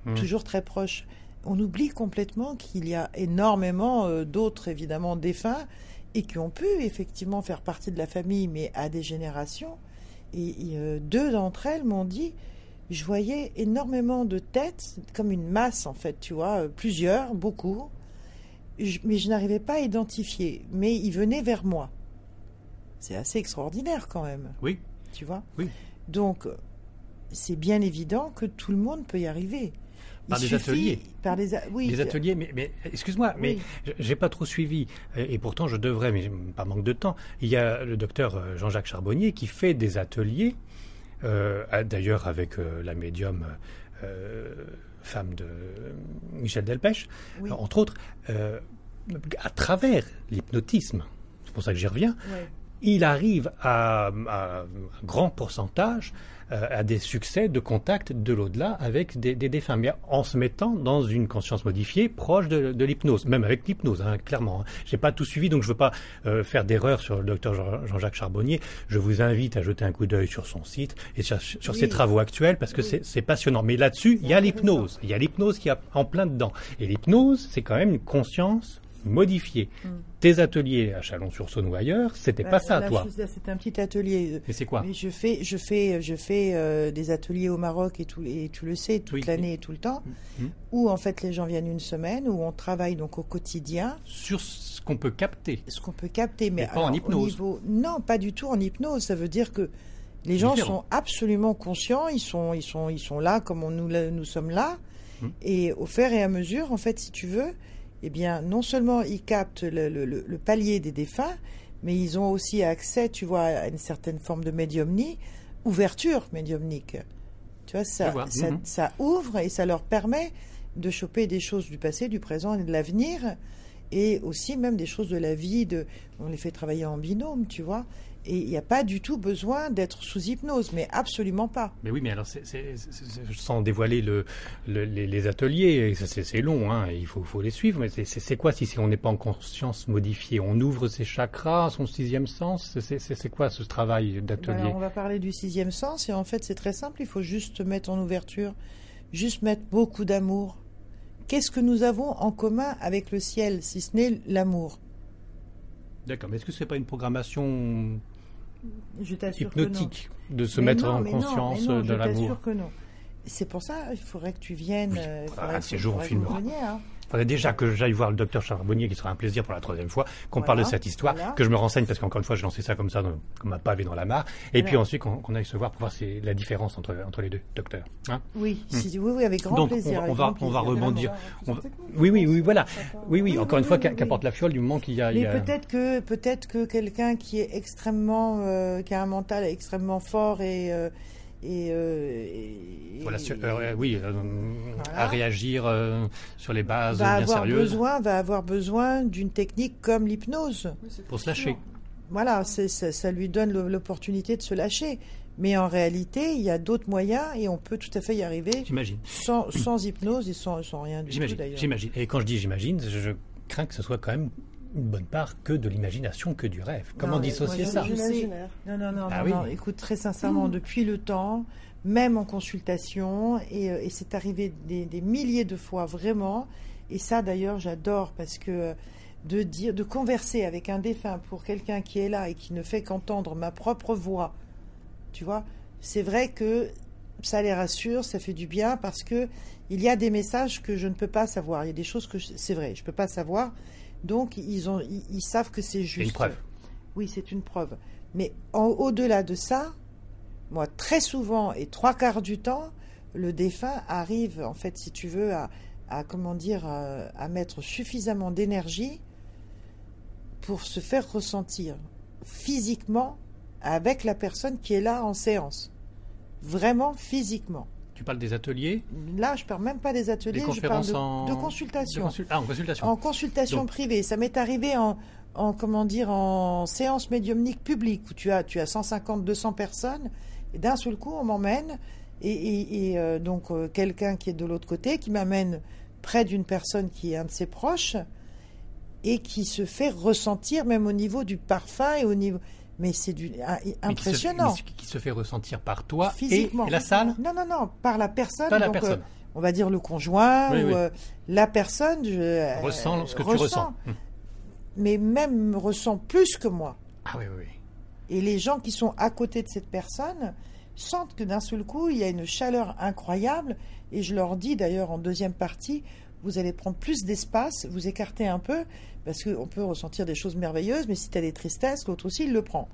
Speaker 2: euh,
Speaker 1: Mm.
Speaker 2: toujours très proche. On oublie complètement qu'il y a énormément euh, d'autres, évidemment, défunts et qui ont pu effectivement faire partie de la famille, mais à des générations. Et, et, euh, deux d'entre elles m'ont dit, je voyais énormément de têtes, comme une masse en fait, tu vois, euh, plusieurs, beaucoup, Je- mais je n'arrivais pas à identifier. Mais ils venaient vers moi. C'est assez extraordinaire quand même,
Speaker 1: Oui.
Speaker 2: tu vois.
Speaker 1: Oui.
Speaker 2: Donc, euh, c'est bien évident que tout le monde peut y arriver. Il
Speaker 1: Par des
Speaker 2: suffit-
Speaker 1: ateliers.
Speaker 2: Par des, a- oui,
Speaker 1: Les ateliers, mais, mais excuse-moi, mais
Speaker 2: Oui.
Speaker 1: j- j'ai pas trop suivi, et et pourtant je devrais, mais par manque de temps. Il y a le docteur euh, Jean-Jacques Charbonnier qui fait des ateliers, euh, à- d'ailleurs avec euh, la médium euh, femme de euh, Michel Delpech,
Speaker 2: Oui.
Speaker 1: entre autres, euh, à travers l'hypnotisme. C'est pour ça que j'y reviens
Speaker 2: ouais.
Speaker 1: il arrive à, à un grand pourcentage euh, à des succès de contact de l'au-delà avec des, des défunts, mais en se mettant dans une conscience modifiée proche de, de l'hypnose, même avec l'hypnose, hein, clairement. hein. J'ai pas tout suivi, donc je veux pas euh, faire d'erreur sur le docteur Jean- Jean-Jacques Charbonnier. Je vous invite à jeter un coup d'œil sur son site et sur, sur ses
Speaker 2: Oui.
Speaker 1: travaux actuels parce que
Speaker 2: Oui.
Speaker 1: c'est- c'est passionnant. Mais là-dessus, il y a
Speaker 2: intéressant.
Speaker 1: l'hypnose. Il y a l'hypnose qui est en plein dedans. Et l'hypnose, c'est quand même une conscience modifiée.
Speaker 2: Mm.
Speaker 1: Tes ateliers à Chalon-sur-Saône ou ailleurs, c'était
Speaker 2: Bah,
Speaker 1: pas ça,
Speaker 2: là,
Speaker 1: toi.
Speaker 2: je- là, C'est un petit atelier. euh,
Speaker 1: Mais c'est quoi
Speaker 2: Mais je fais, je fais, je fais euh, des ateliers au Maroc et, tout, et tu le sais, toute
Speaker 1: Oui.
Speaker 2: l'année et tout le temps,
Speaker 1: Mhm.
Speaker 2: où en fait les gens viennent une semaine, où on travaille donc au quotidien
Speaker 1: Sur ce qu'on peut capter.
Speaker 2: ce qu'on peut capter, mais,
Speaker 1: Mais pas en
Speaker 2: alors, au
Speaker 1: hypnose.
Speaker 2: niveau- non, pas du tout en hypnose. Ça veut dire que les gens
Speaker 1: Différent.
Speaker 2: sont absolument conscients, ils sont, ils sont, ils sont là comme on, nous, là- nous sommes là.
Speaker 1: Mhm.
Speaker 2: Et au fur et à mesure, en fait, si tu veux, eh bien, non seulement ils captent le, le- le- le palier des défunts, mais ils ont aussi accès, tu vois, à une certaine forme de médiumnie, ouverture médiumnique. Tu vois, ça,
Speaker 1: Je vois.
Speaker 2: ça,
Speaker 1: Mhm.
Speaker 2: ça ouvre et ça leur permet de choper des choses du passé, du présent et de l'avenir, et aussi même des choses de la vie. De, on les fait travailler en binôme, tu vois. Et il n'y a pas du tout besoin d'être sous hypnose, mais absolument pas.
Speaker 1: Mais oui, mais alors, c'est- c'est- c'est- c'est- sans dévoiler le, le- les, les ateliers, et ça, c'est c'est long, hein, il faut, faut les suivre, mais c'est- c'est c'est quoi si, si on n'est pas en conscience modifiée On ouvre ses chakras, son sixième sens C'est- C'est c'est quoi ce travail
Speaker 2: Ben
Speaker 1: d'atelier
Speaker 2: alors, on va parler du sixième sens, et en fait, c'est très simple. Il faut juste mettre en ouverture, juste mettre beaucoup d'amour. Qu'est-ce que nous avons en commun avec le ciel, si ce n'est l'amour
Speaker 1: D'accord, mais est-ce que c'est pas une programmation
Speaker 2: Je t'assure que non.
Speaker 1: hypnotique de se
Speaker 2: Mais
Speaker 1: mettre
Speaker 2: non,
Speaker 1: en
Speaker 2: mais non, mais
Speaker 1: conscience
Speaker 2: non,
Speaker 1: de
Speaker 2: Je
Speaker 1: l'amour
Speaker 2: t'assure que non. C'est pour ça, il faudrait que tu viennes.
Speaker 1: Oui,
Speaker 2: euh, il
Speaker 1: faudra
Speaker 2: faudrait
Speaker 1: un
Speaker 2: que-
Speaker 1: de ces jours, on
Speaker 2: faudrait que
Speaker 1: filmera.
Speaker 2: vous veniez, hein.
Speaker 1: Faudrait déjà que j'aille voir le docteur Charbonnier, qui sera un plaisir pour la troisième fois, qu'on parle de
Speaker 2: Voilà,
Speaker 1: cette histoire,
Speaker 2: voilà.
Speaker 1: que je me renseigne, parce qu'encore une fois, je lançais ça comme ça, dans- comme un pavé dans la mare, et
Speaker 2: Voilà.
Speaker 1: puis ensuite qu'on qu'on aille se voir pour voir si la différence entre, entre les deux docteurs. hein.
Speaker 2: Oui, si- oui, oui, avec grand
Speaker 1: Donc, on
Speaker 2: plaisir.
Speaker 1: va-
Speaker 2: avec
Speaker 1: on va-
Speaker 2: grand
Speaker 1: on va
Speaker 2: plaisir.
Speaker 1: rebondir.
Speaker 3: On
Speaker 1: On
Speaker 3: va-
Speaker 1: va-
Speaker 3: je
Speaker 1: Oui, oui,
Speaker 3: pense
Speaker 1: oui,
Speaker 3: que
Speaker 1: voilà.
Speaker 3: chacun-
Speaker 1: Oui, oui,
Speaker 2: Oui,
Speaker 1: encore
Speaker 2: oui,
Speaker 1: une fois,
Speaker 2: oui,
Speaker 1: qu'a-
Speaker 2: oui.
Speaker 1: qu'apporte la fiole du moment qu'il y a... il y
Speaker 2: Mais
Speaker 1: a-
Speaker 2: peut-être que peut-être que quelqu'un qui est extrêmement, euh, qui a un mental extrêmement fort et euh, et, euh, et-
Speaker 1: Voilà, sur- euh, oui, euh,
Speaker 2: Voilà.
Speaker 1: à réagir euh, sur les bases
Speaker 2: va
Speaker 1: bien
Speaker 2: avoir
Speaker 1: sérieuses,
Speaker 2: besoin, va avoir besoin d'une technique comme l'hypnose.
Speaker 3: Oui, c'est
Speaker 1: pour se
Speaker 3: sûr.
Speaker 1: lâcher.
Speaker 2: Voilà, c'est- ça, ça lui donne le- l'opportunité de se lâcher. Mais en réalité, il y a d'autres moyens et on peut tout à fait y arriver
Speaker 1: J'imagine.
Speaker 2: sans, sans hypnose et sans, sans rien du tout
Speaker 1: J'imagine,
Speaker 2: d'ailleurs.
Speaker 1: j'imagine. Et quand je dis j'imagine, je, je crains que ce soit quand même une bonne part que de l'imagination, que du rêve. Comment
Speaker 2: mais
Speaker 1: dissocier
Speaker 2: moi, je-
Speaker 1: ça
Speaker 2: je-
Speaker 3: L'imaginaire.
Speaker 2: Non, non, non,
Speaker 1: Bah
Speaker 2: non,
Speaker 1: oui.
Speaker 2: non. Écoute, très sincèrement, depuis le temps, même en consultation, et, euh, et c'est arrivé des, des milliers de fois, vraiment. Et ça, d'ailleurs, j'adore parce que euh, de dire, de converser avec un défunt pour quelqu'un qui est là et qui ne fait qu'entendre ma propre voix, tu vois, c'est vrai que ça les rassure, ça fait du bien parce que il y a des messages que je ne peux pas savoir. Il y a des choses que je- c'est vrai, je peux pas savoir. Donc ils ont, ils, ils savent que c'est
Speaker 1: C'est
Speaker 2: juste.
Speaker 1: une preuve.
Speaker 2: Oui, c'est une preuve. Mais en- au-delà de ça, moi, très souvent et trois quarts du temps, le défunt arrive, en fait, si tu veux, à, à comment dire, à, à mettre suffisamment d'énergie pour se faire ressentir physiquement avec la personne qui est là en séance. Vraiment physiquement.
Speaker 1: Tu parles des ateliers
Speaker 2: Là, je parle même pas des ateliers,
Speaker 1: Des
Speaker 2: je parle
Speaker 1: conférences
Speaker 2: de,
Speaker 1: en...
Speaker 2: de consultation.
Speaker 1: de consul- Ah, en consultation.
Speaker 2: En consultation
Speaker 1: Donc-
Speaker 2: privée, ça m'est arrivé en, en comment dire en séance médiumnique publique où tu as tu as 150 200 personnes et d'un seul coup on m'emmène et, et- et, euh, donc euh, quelqu'un qui est de l'autre côté qui m'amène près d'une personne qui est un de ses proches et qui se fait ressentir même au niveau du parfum et au niveau mais c'est du ah,
Speaker 1: Mais qui se- mais
Speaker 2: impressionnant
Speaker 1: Qui se, qui se fait ressentir par toi et-
Speaker 2: physiquement
Speaker 1: et la salle
Speaker 2: non non non par la personne
Speaker 1: Pas la
Speaker 2: donc, euh,
Speaker 1: personne.
Speaker 2: on va dire le conjoint
Speaker 1: Oui,
Speaker 2: ou
Speaker 1: oui.
Speaker 2: euh, la personne je-
Speaker 1: ressens ce que tu
Speaker 2: ressent
Speaker 1: ressens. Hum.
Speaker 2: mais même ressent plus que moi.
Speaker 1: Ah oui, oui, oui.
Speaker 2: Et les gens qui sont à côté de cette personne sentent que d'un seul coup, il y a une chaleur incroyable. Et je leur dis d'ailleurs en deuxième partie, vous allez prendre plus d'espace, vous écartez un peu, parce qu'on peut ressentir des choses merveilleuses, mais si tu as des tristesses, l'autre aussi, il le prend.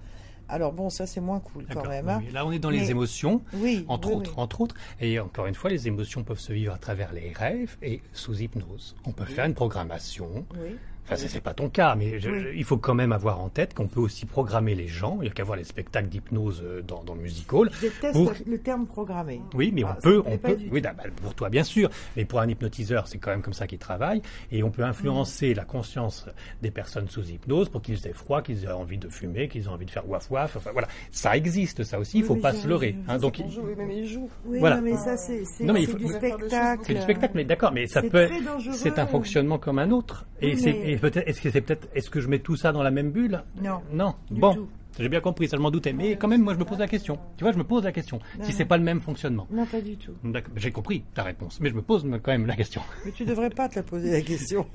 Speaker 2: Alors bon, ça c'est moins cool quand
Speaker 1: D'accord.
Speaker 2: même.
Speaker 1: Oui,
Speaker 2: hein.
Speaker 1: oui. Là, on est dans
Speaker 2: Mais-
Speaker 1: les émotions.
Speaker 2: Oui,
Speaker 1: Entre
Speaker 2: oui,
Speaker 1: autres,
Speaker 2: oui.
Speaker 1: entre autres, et encore une fois, les émotions peuvent se vivre à travers les rêves et sous hypnose. On peut faire une programmation.
Speaker 2: Oui.
Speaker 1: Enfin, ce n'est pas ton cas, mais je- je- il faut quand même avoir en tête qu'on peut aussi programmer les gens. Il n'y a qu'à voir les spectacles d'hypnose euh, dans, dans le music hall.
Speaker 2: Je déteste
Speaker 1: Pour-
Speaker 2: le terme programmé.
Speaker 1: Oui, mais
Speaker 2: Ah,
Speaker 1: on
Speaker 2: ça
Speaker 1: peut,
Speaker 2: me plaît
Speaker 1: on
Speaker 2: pas
Speaker 1: peut.
Speaker 2: du
Speaker 1: Oui, bah, pour toi bien sûr, mais pour un hypnotiseur, c'est quand même comme ça qu'il travaille, et on peut influencer
Speaker 2: Mm.
Speaker 1: la conscience des personnes sous hypnose pour qu'ils aient froid, qu'ils aient envie de fumer, qu'ils aient envie de faire waf waf. Enfin voilà, ça existe, ça aussi. Il
Speaker 2: Oui,
Speaker 1: faut
Speaker 2: mais
Speaker 1: pas
Speaker 2: j'ai-
Speaker 1: se leurrer. hein. donc
Speaker 3: On joue, oui, mais il joue.
Speaker 2: Oui,
Speaker 1: Voilà.
Speaker 2: non, mais ça c'est c'est-
Speaker 1: Non, mais il
Speaker 2: c'est
Speaker 1: faut-
Speaker 2: du
Speaker 1: il faut
Speaker 3: faire des choses
Speaker 2: spectacle.
Speaker 1: c'est du spectacle, mais d'accord, mais ça
Speaker 2: C'est
Speaker 1: peut.
Speaker 2: très dangereux.
Speaker 1: C'est un fonctionnement comme un autre. Et,
Speaker 2: Oui,
Speaker 1: c'est-
Speaker 2: mais-
Speaker 1: et peut-être, est-ce que c'est peut-être, est-ce que je mets tout ça dans la même bulle
Speaker 2: Non.
Speaker 1: Non.
Speaker 2: Du
Speaker 1: bon,
Speaker 2: tout.
Speaker 1: j'ai bien compris, ça je m'en doutais. Mais quand même, moi, je me pose la question. Tu vois, je me pose la question. si c'est pas le même fonctionnement.
Speaker 2: Non, pas du tout.
Speaker 1: D'accord, j'ai compris ta réponse, mais je me pose quand même la question.
Speaker 2: Mais tu devrais pas te la poser la question.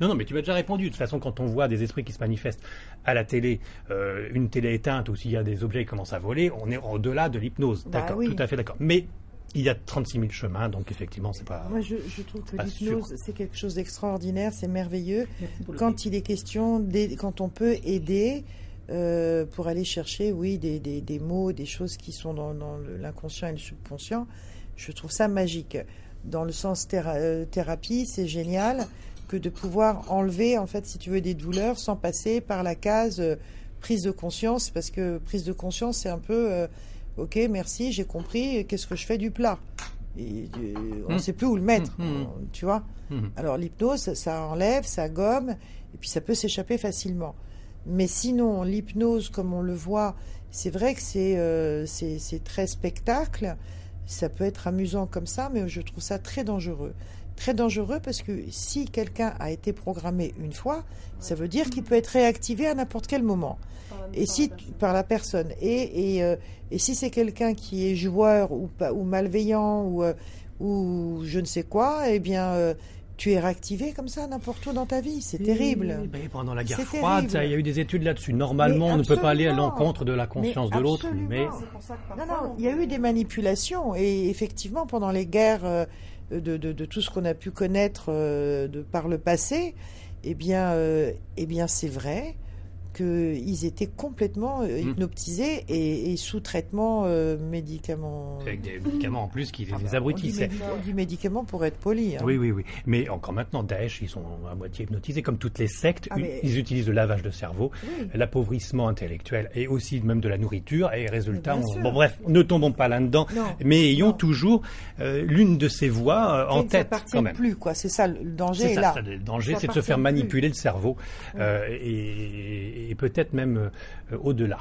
Speaker 1: Non, non, mais tu m'as déjà répondu. De toute façon, quand on voit des esprits qui se manifestent à la télé, euh, une télé éteinte ou s'il y a des objets qui commencent à voler, on est au-delà de l'hypnose.
Speaker 2: Bah
Speaker 1: d'accord,
Speaker 2: oui.
Speaker 1: tout à fait d'accord. Mais il y a 36 000 chemins, donc effectivement, c'est pas.
Speaker 2: Moi, je, je trouve que
Speaker 1: Pas
Speaker 2: l'hypnose,
Speaker 1: sûr.
Speaker 2: c'est quelque chose d'extraordinaire, c'est merveilleux.
Speaker 1: pour le
Speaker 2: Quand il est question, d'aider- quand on peut aider euh, pour aller chercher, oui, des, des- des mots, des choses qui sont dans, dans le- l'inconscient et le subconscient, je trouve ça magique. Dans le sens théra- euh, thérapie, c'est génial que de pouvoir enlever, en fait, si tu veux, des douleurs sans passer par la case euh, prise de conscience, parce que prise de conscience, c'est un peu, euh, ok, merci, j'ai compris, qu'est-ce que je fais du plat et, euh, on ne
Speaker 1: Hmm.
Speaker 2: sait plus où le mettre,
Speaker 1: Hmm, hmm, hmm.
Speaker 2: on- tu vois.
Speaker 1: Mhm.
Speaker 2: Alors l'hypnose, ça- ça enlève, ça gomme, et puis ça peut s'échapper facilement. Mais sinon, l'hypnose, comme on le voit, c'est vrai que c'est euh, c'est- c'est très spectacle, ça peut être amusant comme ça, mais je trouve ça très dangereux. Très dangereux parce que si quelqu'un a été programmé une fois, ça veut dire qu'il peut être réactivé à n'importe quel moment. Et si tu- par la personne et et, euh, et si c'est quelqu'un qui est joueur ou pas ou malveillant ou euh, ou je ne sais quoi, eh bien euh, tu es réactivé comme ça n'importe où dans ta vie, c'est
Speaker 1: Eh
Speaker 2: terrible.
Speaker 1: ben, pendant la guerre
Speaker 2: C'est
Speaker 1: froide, ça,
Speaker 2: terrible.
Speaker 1: il y a eu des études là-dessus. Normalement,
Speaker 2: Mais
Speaker 1: on ne peut pas aller à
Speaker 2: absolument.
Speaker 1: l'encontre de la conscience
Speaker 2: Mais
Speaker 1: de l'autre,
Speaker 2: absolument.
Speaker 1: mais
Speaker 2: C'est
Speaker 3: pour ça que
Speaker 2: Non non, il y a eu des manipulations et effectivement pendant les guerres euh, de, de, de tout ce qu'on a pu connaître euh, de par le passé, eh bien euh, eh bien c'est vrai qu'ils étaient complètement euh,
Speaker 1: Mm.
Speaker 2: hypnotisés et, et sous traitement euh, médicament.
Speaker 1: avec des médicaments en plus qui
Speaker 2: Ah
Speaker 1: les
Speaker 2: bah,
Speaker 1: abrutissent.
Speaker 2: on dit, médi- on dit médicament pour être poli. hein.
Speaker 1: Oui, oui, oui. Mais encore maintenant, Daesh, ils sont à moitié hypnotisés. Comme toutes les sectes,
Speaker 2: Ah, mais-
Speaker 1: ils utilisent le lavage de cerveau,
Speaker 2: Oui.
Speaker 1: l'appauvrissement intellectuel et aussi même de la nourriture. Et résultat,
Speaker 2: Mais bien
Speaker 1: on-
Speaker 2: sûr.
Speaker 1: bon, bref, ne tombons pas là-dedans,
Speaker 2: Non.
Speaker 1: mais ayons
Speaker 2: Non.
Speaker 1: toujours euh, l'une de ces voies euh, en
Speaker 2: Qui ne
Speaker 1: tête
Speaker 2: s'appartiennent
Speaker 1: quand même.
Speaker 2: plus, quoi. C'est ça le le danger
Speaker 1: C'est
Speaker 2: est
Speaker 1: ça,
Speaker 2: là.
Speaker 1: ça, le danger,
Speaker 2: Ça
Speaker 1: c'est de se faire
Speaker 2: appartient
Speaker 1: manipuler le cerveau euh, et, et peut-être même euh, euh, au-delà.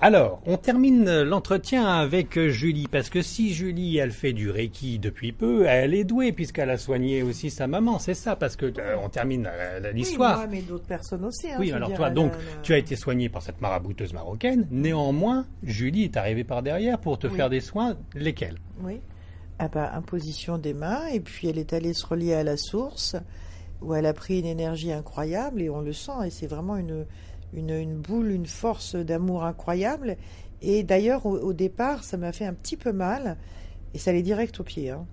Speaker 1: Alors, on termine euh, l'entretien avec euh, Julie, parce que si Julie, elle fait du Reiki depuis peu, elle est douée, puisqu'elle a soigné aussi sa maman, c'est ça, parce que euh, on termine euh, la- l'histoire.
Speaker 2: Oui, moi, mais d'autres personnes aussi. hein,
Speaker 1: Oui,
Speaker 2: je veux
Speaker 1: alors
Speaker 2: dire,
Speaker 1: toi,
Speaker 2: la-
Speaker 1: donc,
Speaker 2: la-
Speaker 1: tu as été soigné par cette marabouteuse marocaine. Néanmoins, Julie est arrivée par derrière pour te
Speaker 2: Oui.
Speaker 1: faire des soins. Lesquels
Speaker 2: Oui. Ah bah, imposition des mains, et puis elle est allée se relier à la source, où elle a pris une énergie incroyable, et on le sent, et c'est vraiment une, une, une boule, une force d'amour incroyable. Et d'ailleurs, au, au départ, ça m'a fait un petit peu mal, et ça allait direct au pied. hein.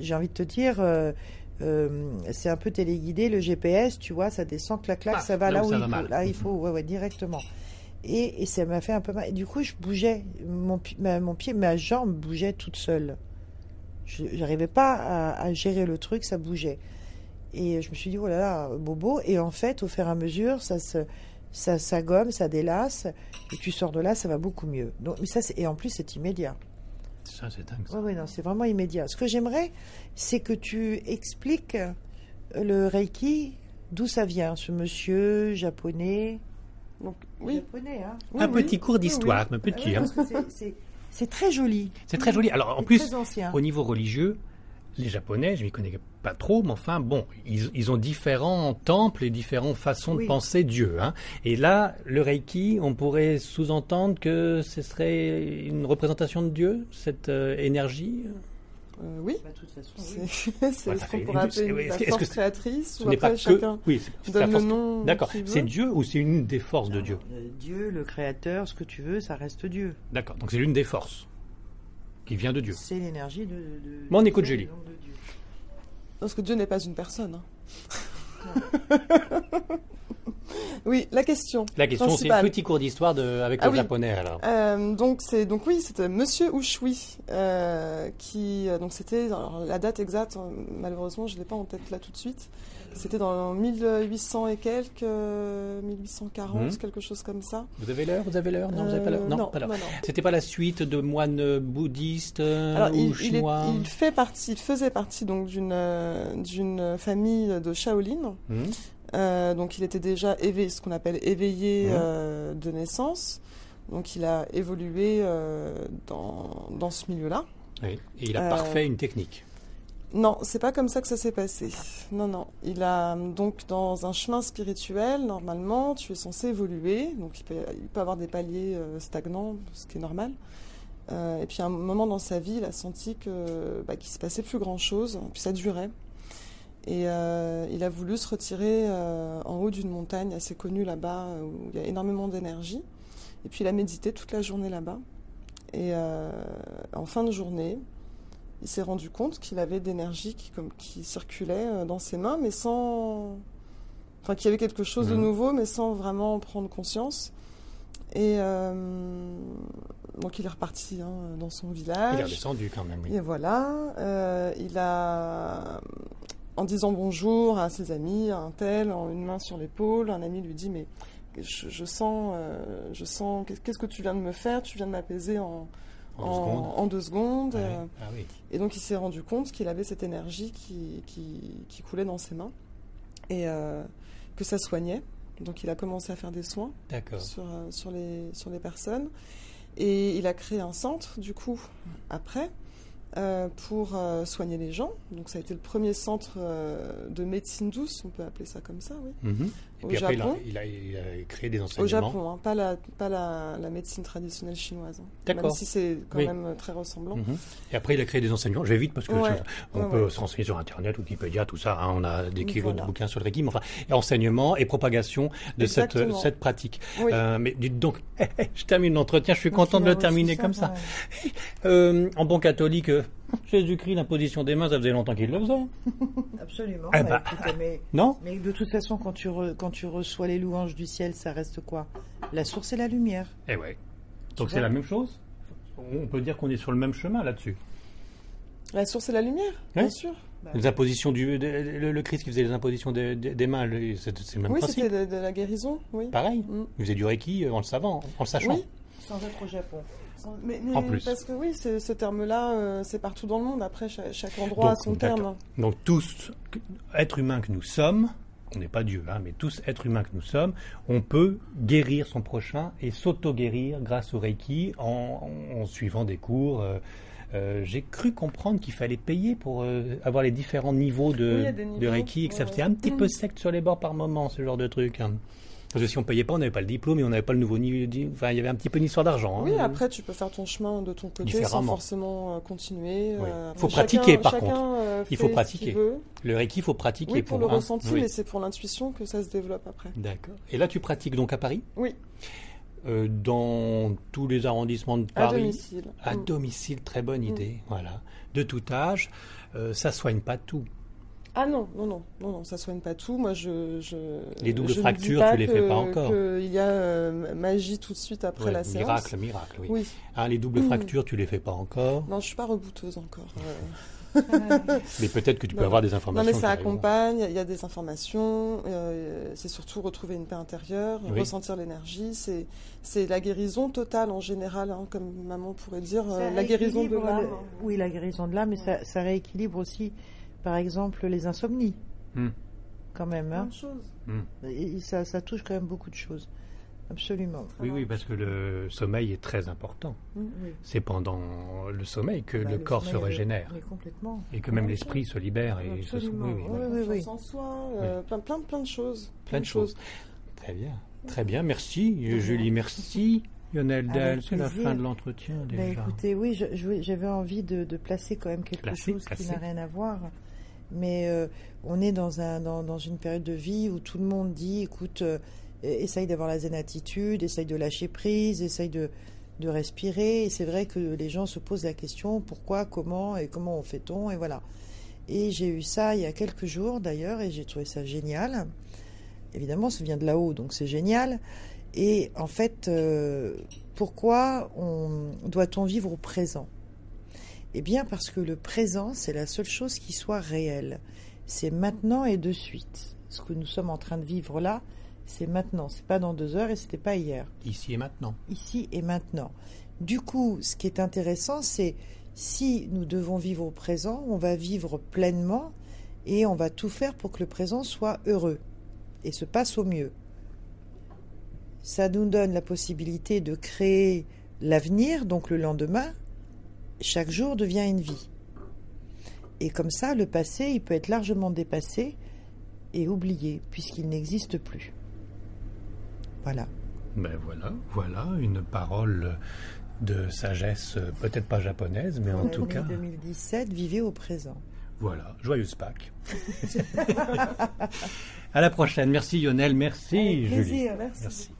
Speaker 2: J'ai envie de te dire, euh, euh, c'est un peu téléguidé, le GPS, tu vois, ça descend, clac, clac,
Speaker 1: Paf,
Speaker 2: ça va
Speaker 1: là
Speaker 2: là,
Speaker 1: où
Speaker 2: où,
Speaker 1: ça
Speaker 2: il
Speaker 1: va
Speaker 2: faut.
Speaker 1: mal.
Speaker 2: Là, il faut, ouais, ouais, directement. Et, et ça m'a fait un peu mal. Et du coup, je bougeais, mon, pi- ma- mon pied, ma jambe bougeait toute seule. Je n'arrivais pas à, à, gérer le truc, ça bougeait. Et je me suis dit, oh là là, bobo. Et en fait, au fur et à mesure, ça se, ça, ça gomme, ça délace, et tu sors de là, ça va beaucoup mieux. Donc, mais ça, et en plus, c'est immédiat.
Speaker 1: Ça, c'est dingue.
Speaker 2: Oui, ouais, non, c'est vraiment immédiat. Ce que j'aimerais, c'est que tu expliques euh, le Reiki, d'où ça vient, ce monsieur japonais.
Speaker 3: Donc, oui.
Speaker 2: Japonais, hein.
Speaker 1: un
Speaker 2: oui,
Speaker 1: petit
Speaker 2: oui.
Speaker 1: cours d'histoire, un
Speaker 2: Ah oui,
Speaker 1: petit. hein.
Speaker 2: parce que c'est- c'est- C'est très joli.
Speaker 1: C'est très joli. Alors, en
Speaker 2: C'est
Speaker 1: plus,
Speaker 2: très
Speaker 3: Ah.
Speaker 2: ancien.
Speaker 1: au niveau religieux, les Japonais, je m'y connais pas trop, mais enfin, bon, ils, ils ont différents temples et différentes façons
Speaker 2: Oui.
Speaker 1: de penser Dieu. hein. Et là, le Reiki, on pourrait sous-entendre que ce serait une représentation de Dieu, cette euh, énergie
Speaker 3: Euh, oui.
Speaker 2: Bah, de toute façon, oui.
Speaker 3: C'est c'est
Speaker 1: Voilà,
Speaker 3: ce qu'on
Speaker 1: et
Speaker 3: pourrait
Speaker 1: du- c'est-
Speaker 3: appeler une-
Speaker 1: oui,
Speaker 3: la
Speaker 1: est-ce que- est-ce que
Speaker 3: force
Speaker 1: c'est-
Speaker 3: créatrice,
Speaker 1: Ce
Speaker 3: ou
Speaker 1: n'est
Speaker 3: après
Speaker 1: pas
Speaker 3: chacun
Speaker 1: que. Oui, c'est- c'est la
Speaker 3: donne le
Speaker 1: force-
Speaker 3: nom
Speaker 1: D'accord.
Speaker 3: qu'il veut.
Speaker 1: C'est Dieu ou c'est une des forces de Dieu
Speaker 2: Euh, Dieu, le créateur, ce que tu veux, ça reste Dieu.
Speaker 1: D'accord. Donc c'est l'une des forces qui vient de Dieu.
Speaker 2: C'est l'énergie de, de-
Speaker 1: Bon, on
Speaker 2: de-
Speaker 1: écoute
Speaker 2: du
Speaker 1: Julie.
Speaker 2: nom de Dieu.
Speaker 3: Parce que Dieu n'est pas une personne. hein. oui, la question.
Speaker 1: La question, c'est
Speaker 3: principale.
Speaker 1: petit cours d'histoire de- avec
Speaker 3: Ah
Speaker 1: le
Speaker 3: oui.
Speaker 1: japonais alors.
Speaker 3: Euh, donc c'est donc oui c'était Monsieur Ushui euh, qui euh, donc c'était alors, la date exacte euh, malheureusement je l'ai pas en tête là tout de suite c'était dans 1800 et quelques euh, 1840
Speaker 1: Mhm.
Speaker 3: quelque chose comme ça
Speaker 1: Vous avez l'heure Vous avez l'heure Ah Non, vous avez pas l'heure.
Speaker 3: Euh,
Speaker 1: Non,
Speaker 3: non,
Speaker 1: pas l'heure.
Speaker 3: non,
Speaker 1: C'était pas la suite de moines bouddhistes euh,
Speaker 3: alors
Speaker 1: ou
Speaker 3: il, il est-
Speaker 1: chinois
Speaker 3: il fait partie il faisait partie donc d'une euh, d'une famille de Shaolin
Speaker 1: Hmm.
Speaker 3: Euh, donc il était déjà éveillé, ce qu'on appelle éveillé
Speaker 1: Mhm.
Speaker 3: euh, de naissance. Donc il a évolué euh, dans, dans ce milieu-là.
Speaker 1: Oui. Et il a
Speaker 3: Euh,
Speaker 1: parfait une technique.
Speaker 3: Non, c'est pas comme ça que ça s'est passé. Non, non. Il a euh, donc dans un chemin spirituel, normalement, tu es censé évoluer. Donc il peut, il peut avoir des paliers euh, stagnants, ce qui est normal. Euh, et puis à un moment dans sa vie, il a senti que bah, qu'il se passait plus grand chose, puis ça durait. Et euh, il a voulu se retirer euh, en haut d'une montagne assez connue là-bas euh, où il y a énormément d'énergie. Et puis il a médité toute la journée là-bas. Et euh, en fin de journée, il s'est rendu compte qu'il avait d'énergie qui, comme, qui circulait euh, dans ses mains, mais sans. Enfin, qu'il y avait quelque chose de
Speaker 1: Mhm.
Speaker 3: nouveau, mais sans vraiment en prendre conscience. Et euh, donc il est reparti hein, dans son
Speaker 1: Il est
Speaker 3: village.
Speaker 1: redescendu quand même. oui.
Speaker 3: Et voilà, euh, il a, en disant bonjour à ses amis, à un tel, en une main sur l'épaule, un ami lui dit mais je, je sens, euh, je sens, qu'est- qu'est-ce que tu viens de me faire Tu viens de m'apaiser en,
Speaker 1: En deux secondes.
Speaker 3: en deux secondes.
Speaker 1: Ah oui.
Speaker 3: Euh,
Speaker 1: Ah oui.
Speaker 3: Et donc il s'est rendu compte qu'il avait cette énergie qui, qui, qui coulait dans ses mains et euh, que ça soignait. Donc il a commencé à faire des soins
Speaker 1: D'accord.
Speaker 3: sur, euh, sur, les, sur les personnes. Et il a créé un centre, du coup, après, euh, pour euh, soigner les gens. Donc ça a été le premier centre euh, de médecine douce, on peut appeler ça comme ça, oui.
Speaker 1: Mhm. Et
Speaker 3: Au
Speaker 1: puis après, il a,
Speaker 3: Japon.
Speaker 1: il a- il a créé des enseignements.
Speaker 3: Au Japon, hein, pas, la, pas la, la médecine traditionnelle chinoise. hein. Même
Speaker 1: D'accord.
Speaker 3: si c'est quand
Speaker 1: Oui.
Speaker 3: même euh, très ressemblant.
Speaker 1: Mhm. Et après, il a créé des enseignements. Je vais vite parce que
Speaker 3: Ouais.
Speaker 1: ça- on
Speaker 3: Ouais,
Speaker 1: peut
Speaker 3: ouais.
Speaker 1: se renseigner sur Internet, Wikipédia, tout ça. hein. On a des kilos
Speaker 3: Voilà.
Speaker 1: de bouquins sur le Reiki. Mais enfin, et enseignement et propagation de cette,
Speaker 3: Exactement.
Speaker 1: cette pratique.
Speaker 3: Oui.
Speaker 1: Euh, mais dites donc, je termine l'entretien. Je suis content de
Speaker 2: Il a
Speaker 1: le
Speaker 2: reçu
Speaker 1: terminer comme
Speaker 2: quand
Speaker 1: ça.
Speaker 2: même.
Speaker 1: Euh, en bon catholique, euh, Jésus-Christ, l'imposition des mains, ça faisait longtemps qu'il le faisait.
Speaker 2: Absolument.
Speaker 1: Ah
Speaker 2: bah,
Speaker 1: bah.
Speaker 2: écoute, mais,
Speaker 1: Non
Speaker 2: mais de toute façon, quand tu, re- quand tu reçois les louanges du ciel, ça reste quoi La source et la lumière.
Speaker 1: Eh ouais. Donc
Speaker 2: Tu
Speaker 1: c'est
Speaker 2: vois
Speaker 1: la même chose On peut dire qu'on est sur le même chemin là-dessus.
Speaker 3: La source et la lumière, bien
Speaker 1: Ouais.
Speaker 3: sûr.
Speaker 1: Les impositions du. de- le, le Christ qui faisait les impositions des- des- des mains, le- c'est c'est le même
Speaker 3: Oui,
Speaker 1: principe.
Speaker 3: c'était de, de la guérison, oui.
Speaker 1: Pareil.
Speaker 3: Mm.
Speaker 1: Il faisait du Reiki euh, en le savant, en le sachant.
Speaker 3: Oui.
Speaker 2: Sans être au Japon.
Speaker 3: Mais, mais
Speaker 1: En plus.
Speaker 3: Parce que oui, c'est- ce terme-là, euh, c'est partout dans le monde. Après, cha- chaque, endroit
Speaker 1: Donc,
Speaker 3: a son
Speaker 1: d'accord.
Speaker 3: terme. hein.
Speaker 1: Donc tous que- êtres humains que nous sommes, on n'est pas Dieu, hein, mais tous êtres humains que nous sommes, on peut guérir son prochain et s'auto-guérir grâce au Reiki en, en suivant des cours. euh, euh, J'ai cru comprendre qu'il fallait payer pour euh, avoir les différents niveaux
Speaker 3: Oui,
Speaker 1: de,
Speaker 3: il y a des
Speaker 1: de
Speaker 3: niveaux, euh,
Speaker 1: Reiki, et que ça
Speaker 3: ouais,
Speaker 1: faisait un petit peu sec sur les bords par moment, ce genre de truc. hein. Parce que si on payait pas, on n'avait pas le diplôme et on n'avait pas le nouveau niveau. Enfin, il y avait un petit peu une histoire d'argent.
Speaker 3: Oui,
Speaker 1: hein.
Speaker 3: après, tu peux faire ton chemin de ton côté sans
Speaker 1: Différemment.
Speaker 3: forcément euh, continuer.
Speaker 1: Oui.
Speaker 3: euh,
Speaker 1: Faut
Speaker 3: chacun-
Speaker 1: pratiquer, par
Speaker 3: chacun,
Speaker 1: contre.
Speaker 3: euh,
Speaker 1: Il
Speaker 3: fait
Speaker 1: faut
Speaker 3: ce
Speaker 1: pratiquer.
Speaker 3: qu'il veut.
Speaker 1: Le Reiki, il faut pratiquer
Speaker 3: Oui, pour, le
Speaker 1: hein.
Speaker 3: ressenti,
Speaker 1: Oui.
Speaker 3: mais c'est pour l'intuition que ça se développe après.
Speaker 1: D'accord. Et là, tu pratiques donc à Paris
Speaker 3: Oui,
Speaker 1: Euh, dans tous les arrondissements de
Speaker 3: à
Speaker 1: Paris.
Speaker 3: domicile.
Speaker 1: À
Speaker 3: Mm.
Speaker 1: domicile, très bonne idée, voilà. De tout âge, euh, ça soigne pas tout.
Speaker 3: Ah non, non, non, non, non, ça soigne pas tout. Moi, je. je
Speaker 1: Les doubles
Speaker 3: je ne
Speaker 1: fractures,
Speaker 3: dis pas
Speaker 1: tu les
Speaker 3: que-
Speaker 1: fais pas encore.
Speaker 3: que Il y a euh, magie tout de suite après
Speaker 1: Ouais,
Speaker 3: la séance.
Speaker 1: miracle, miracle, oui.
Speaker 3: Oui. Mm.
Speaker 1: Hein, les doubles fractures, tu les fais pas encore,
Speaker 3: Non, je suis pas rebouteuse encore. euh.
Speaker 1: mais peut-être que tu peux
Speaker 3: Non.
Speaker 1: avoir des
Speaker 3: Non,
Speaker 1: informations.
Speaker 3: mais ça
Speaker 1: qui arriveront.
Speaker 3: accompagne. Il y a des informations. euh, c'est surtout retrouver une paix intérieure,
Speaker 1: Oui.
Speaker 3: ressentir l'énergie. C'est c'est la guérison totale en général, hein, comme maman pourrait dire, euh,
Speaker 4: Ça
Speaker 3: la guérison de
Speaker 4: rééquilibre
Speaker 3: l'âme.
Speaker 4: le-
Speaker 2: Oui, la guérison de l'âme, mais ça, ça rééquilibre aussi, par exemple, les insomnies.
Speaker 1: Hmm.
Speaker 2: Quand même, hein.
Speaker 4: Plein de choses.
Speaker 2: Et ça, ça touche quand même beaucoup de choses. Absolument.
Speaker 1: Oui, oui, parce que le sommeil est très important.
Speaker 3: Mm,
Speaker 2: Oui.
Speaker 1: C'est pendant le sommeil que
Speaker 2: Bah,
Speaker 1: le corps se
Speaker 3: euh,
Speaker 2: sommeil,
Speaker 1: régénère
Speaker 2: Mais complètement.
Speaker 1: et que même
Speaker 3: Bien
Speaker 1: l'esprit se libère et se
Speaker 4: Absolument,
Speaker 1: oui, oui,
Speaker 4: ouais.
Speaker 1: oui.
Speaker 2: oui, oui.
Speaker 3: Confiance en soi, euh, plein, plein, plein de choses.
Speaker 1: plein de choses. Très bien, très bien. Merci Julie, merci Lionel
Speaker 2: Avec
Speaker 1: Del. C'est la
Speaker 2: plaisir.
Speaker 1: fin de l'entretien
Speaker 2: Bah,
Speaker 1: déjà.
Speaker 2: écoutez, oui, je- je- j'avais envie de, de placer quand même quelque
Speaker 1: Placer,
Speaker 2: chose
Speaker 1: placer.
Speaker 2: qui n'a rien à voir. Mais euh, on est dans, un, dans, dans une période de vie où tout le monde dit, écoute, euh, essaye d'avoir la zen attitude, essaye de lâcher prise, essaye de, de respirer. Et c'est vrai que les gens se posent la question, pourquoi, comment, et comment on fait-on, et voilà. Et j'ai eu ça il y a quelques jours d'ailleurs, et j'ai trouvé ça génial. Évidemment, ça vient de là-haut, donc c'est génial. Et en fait, euh, pourquoi on, doit-on vivre au présent Eh bien, parce que le présent, c'est la seule chose qui soit réelle. C'est maintenant et de suite. Ce que nous sommes en train de vivre là, c'est maintenant. C'est pas dans deux heures et c'était pas hier
Speaker 1: Ici et maintenant.
Speaker 2: ici et maintenant. Du coup, ce qui est intéressant, c'est si nous devons vivre au présent, on va vivre pleinement et on va tout faire pour que le présent soit heureux et se passe au mieux. Ça nous donne la possibilité de créer l'avenir, donc le lendemain. Chaque jour devient une vie. Et comme ça, le passé, il peut être largement dépassé et oublié, puisqu'il n'existe plus. Voilà.
Speaker 1: Ben voilà, voilà une parole de sagesse, euh, peut-être pas japonaise, mais en
Speaker 2: Pour
Speaker 1: tout
Speaker 2: l'année
Speaker 1: cas,
Speaker 2: 2017, vivez au présent.
Speaker 1: voilà, joyeuse Pâques. à la prochaine, merci Lionel, merci
Speaker 2: Avec
Speaker 1: Julie.
Speaker 2: plaisir,
Speaker 1: merci.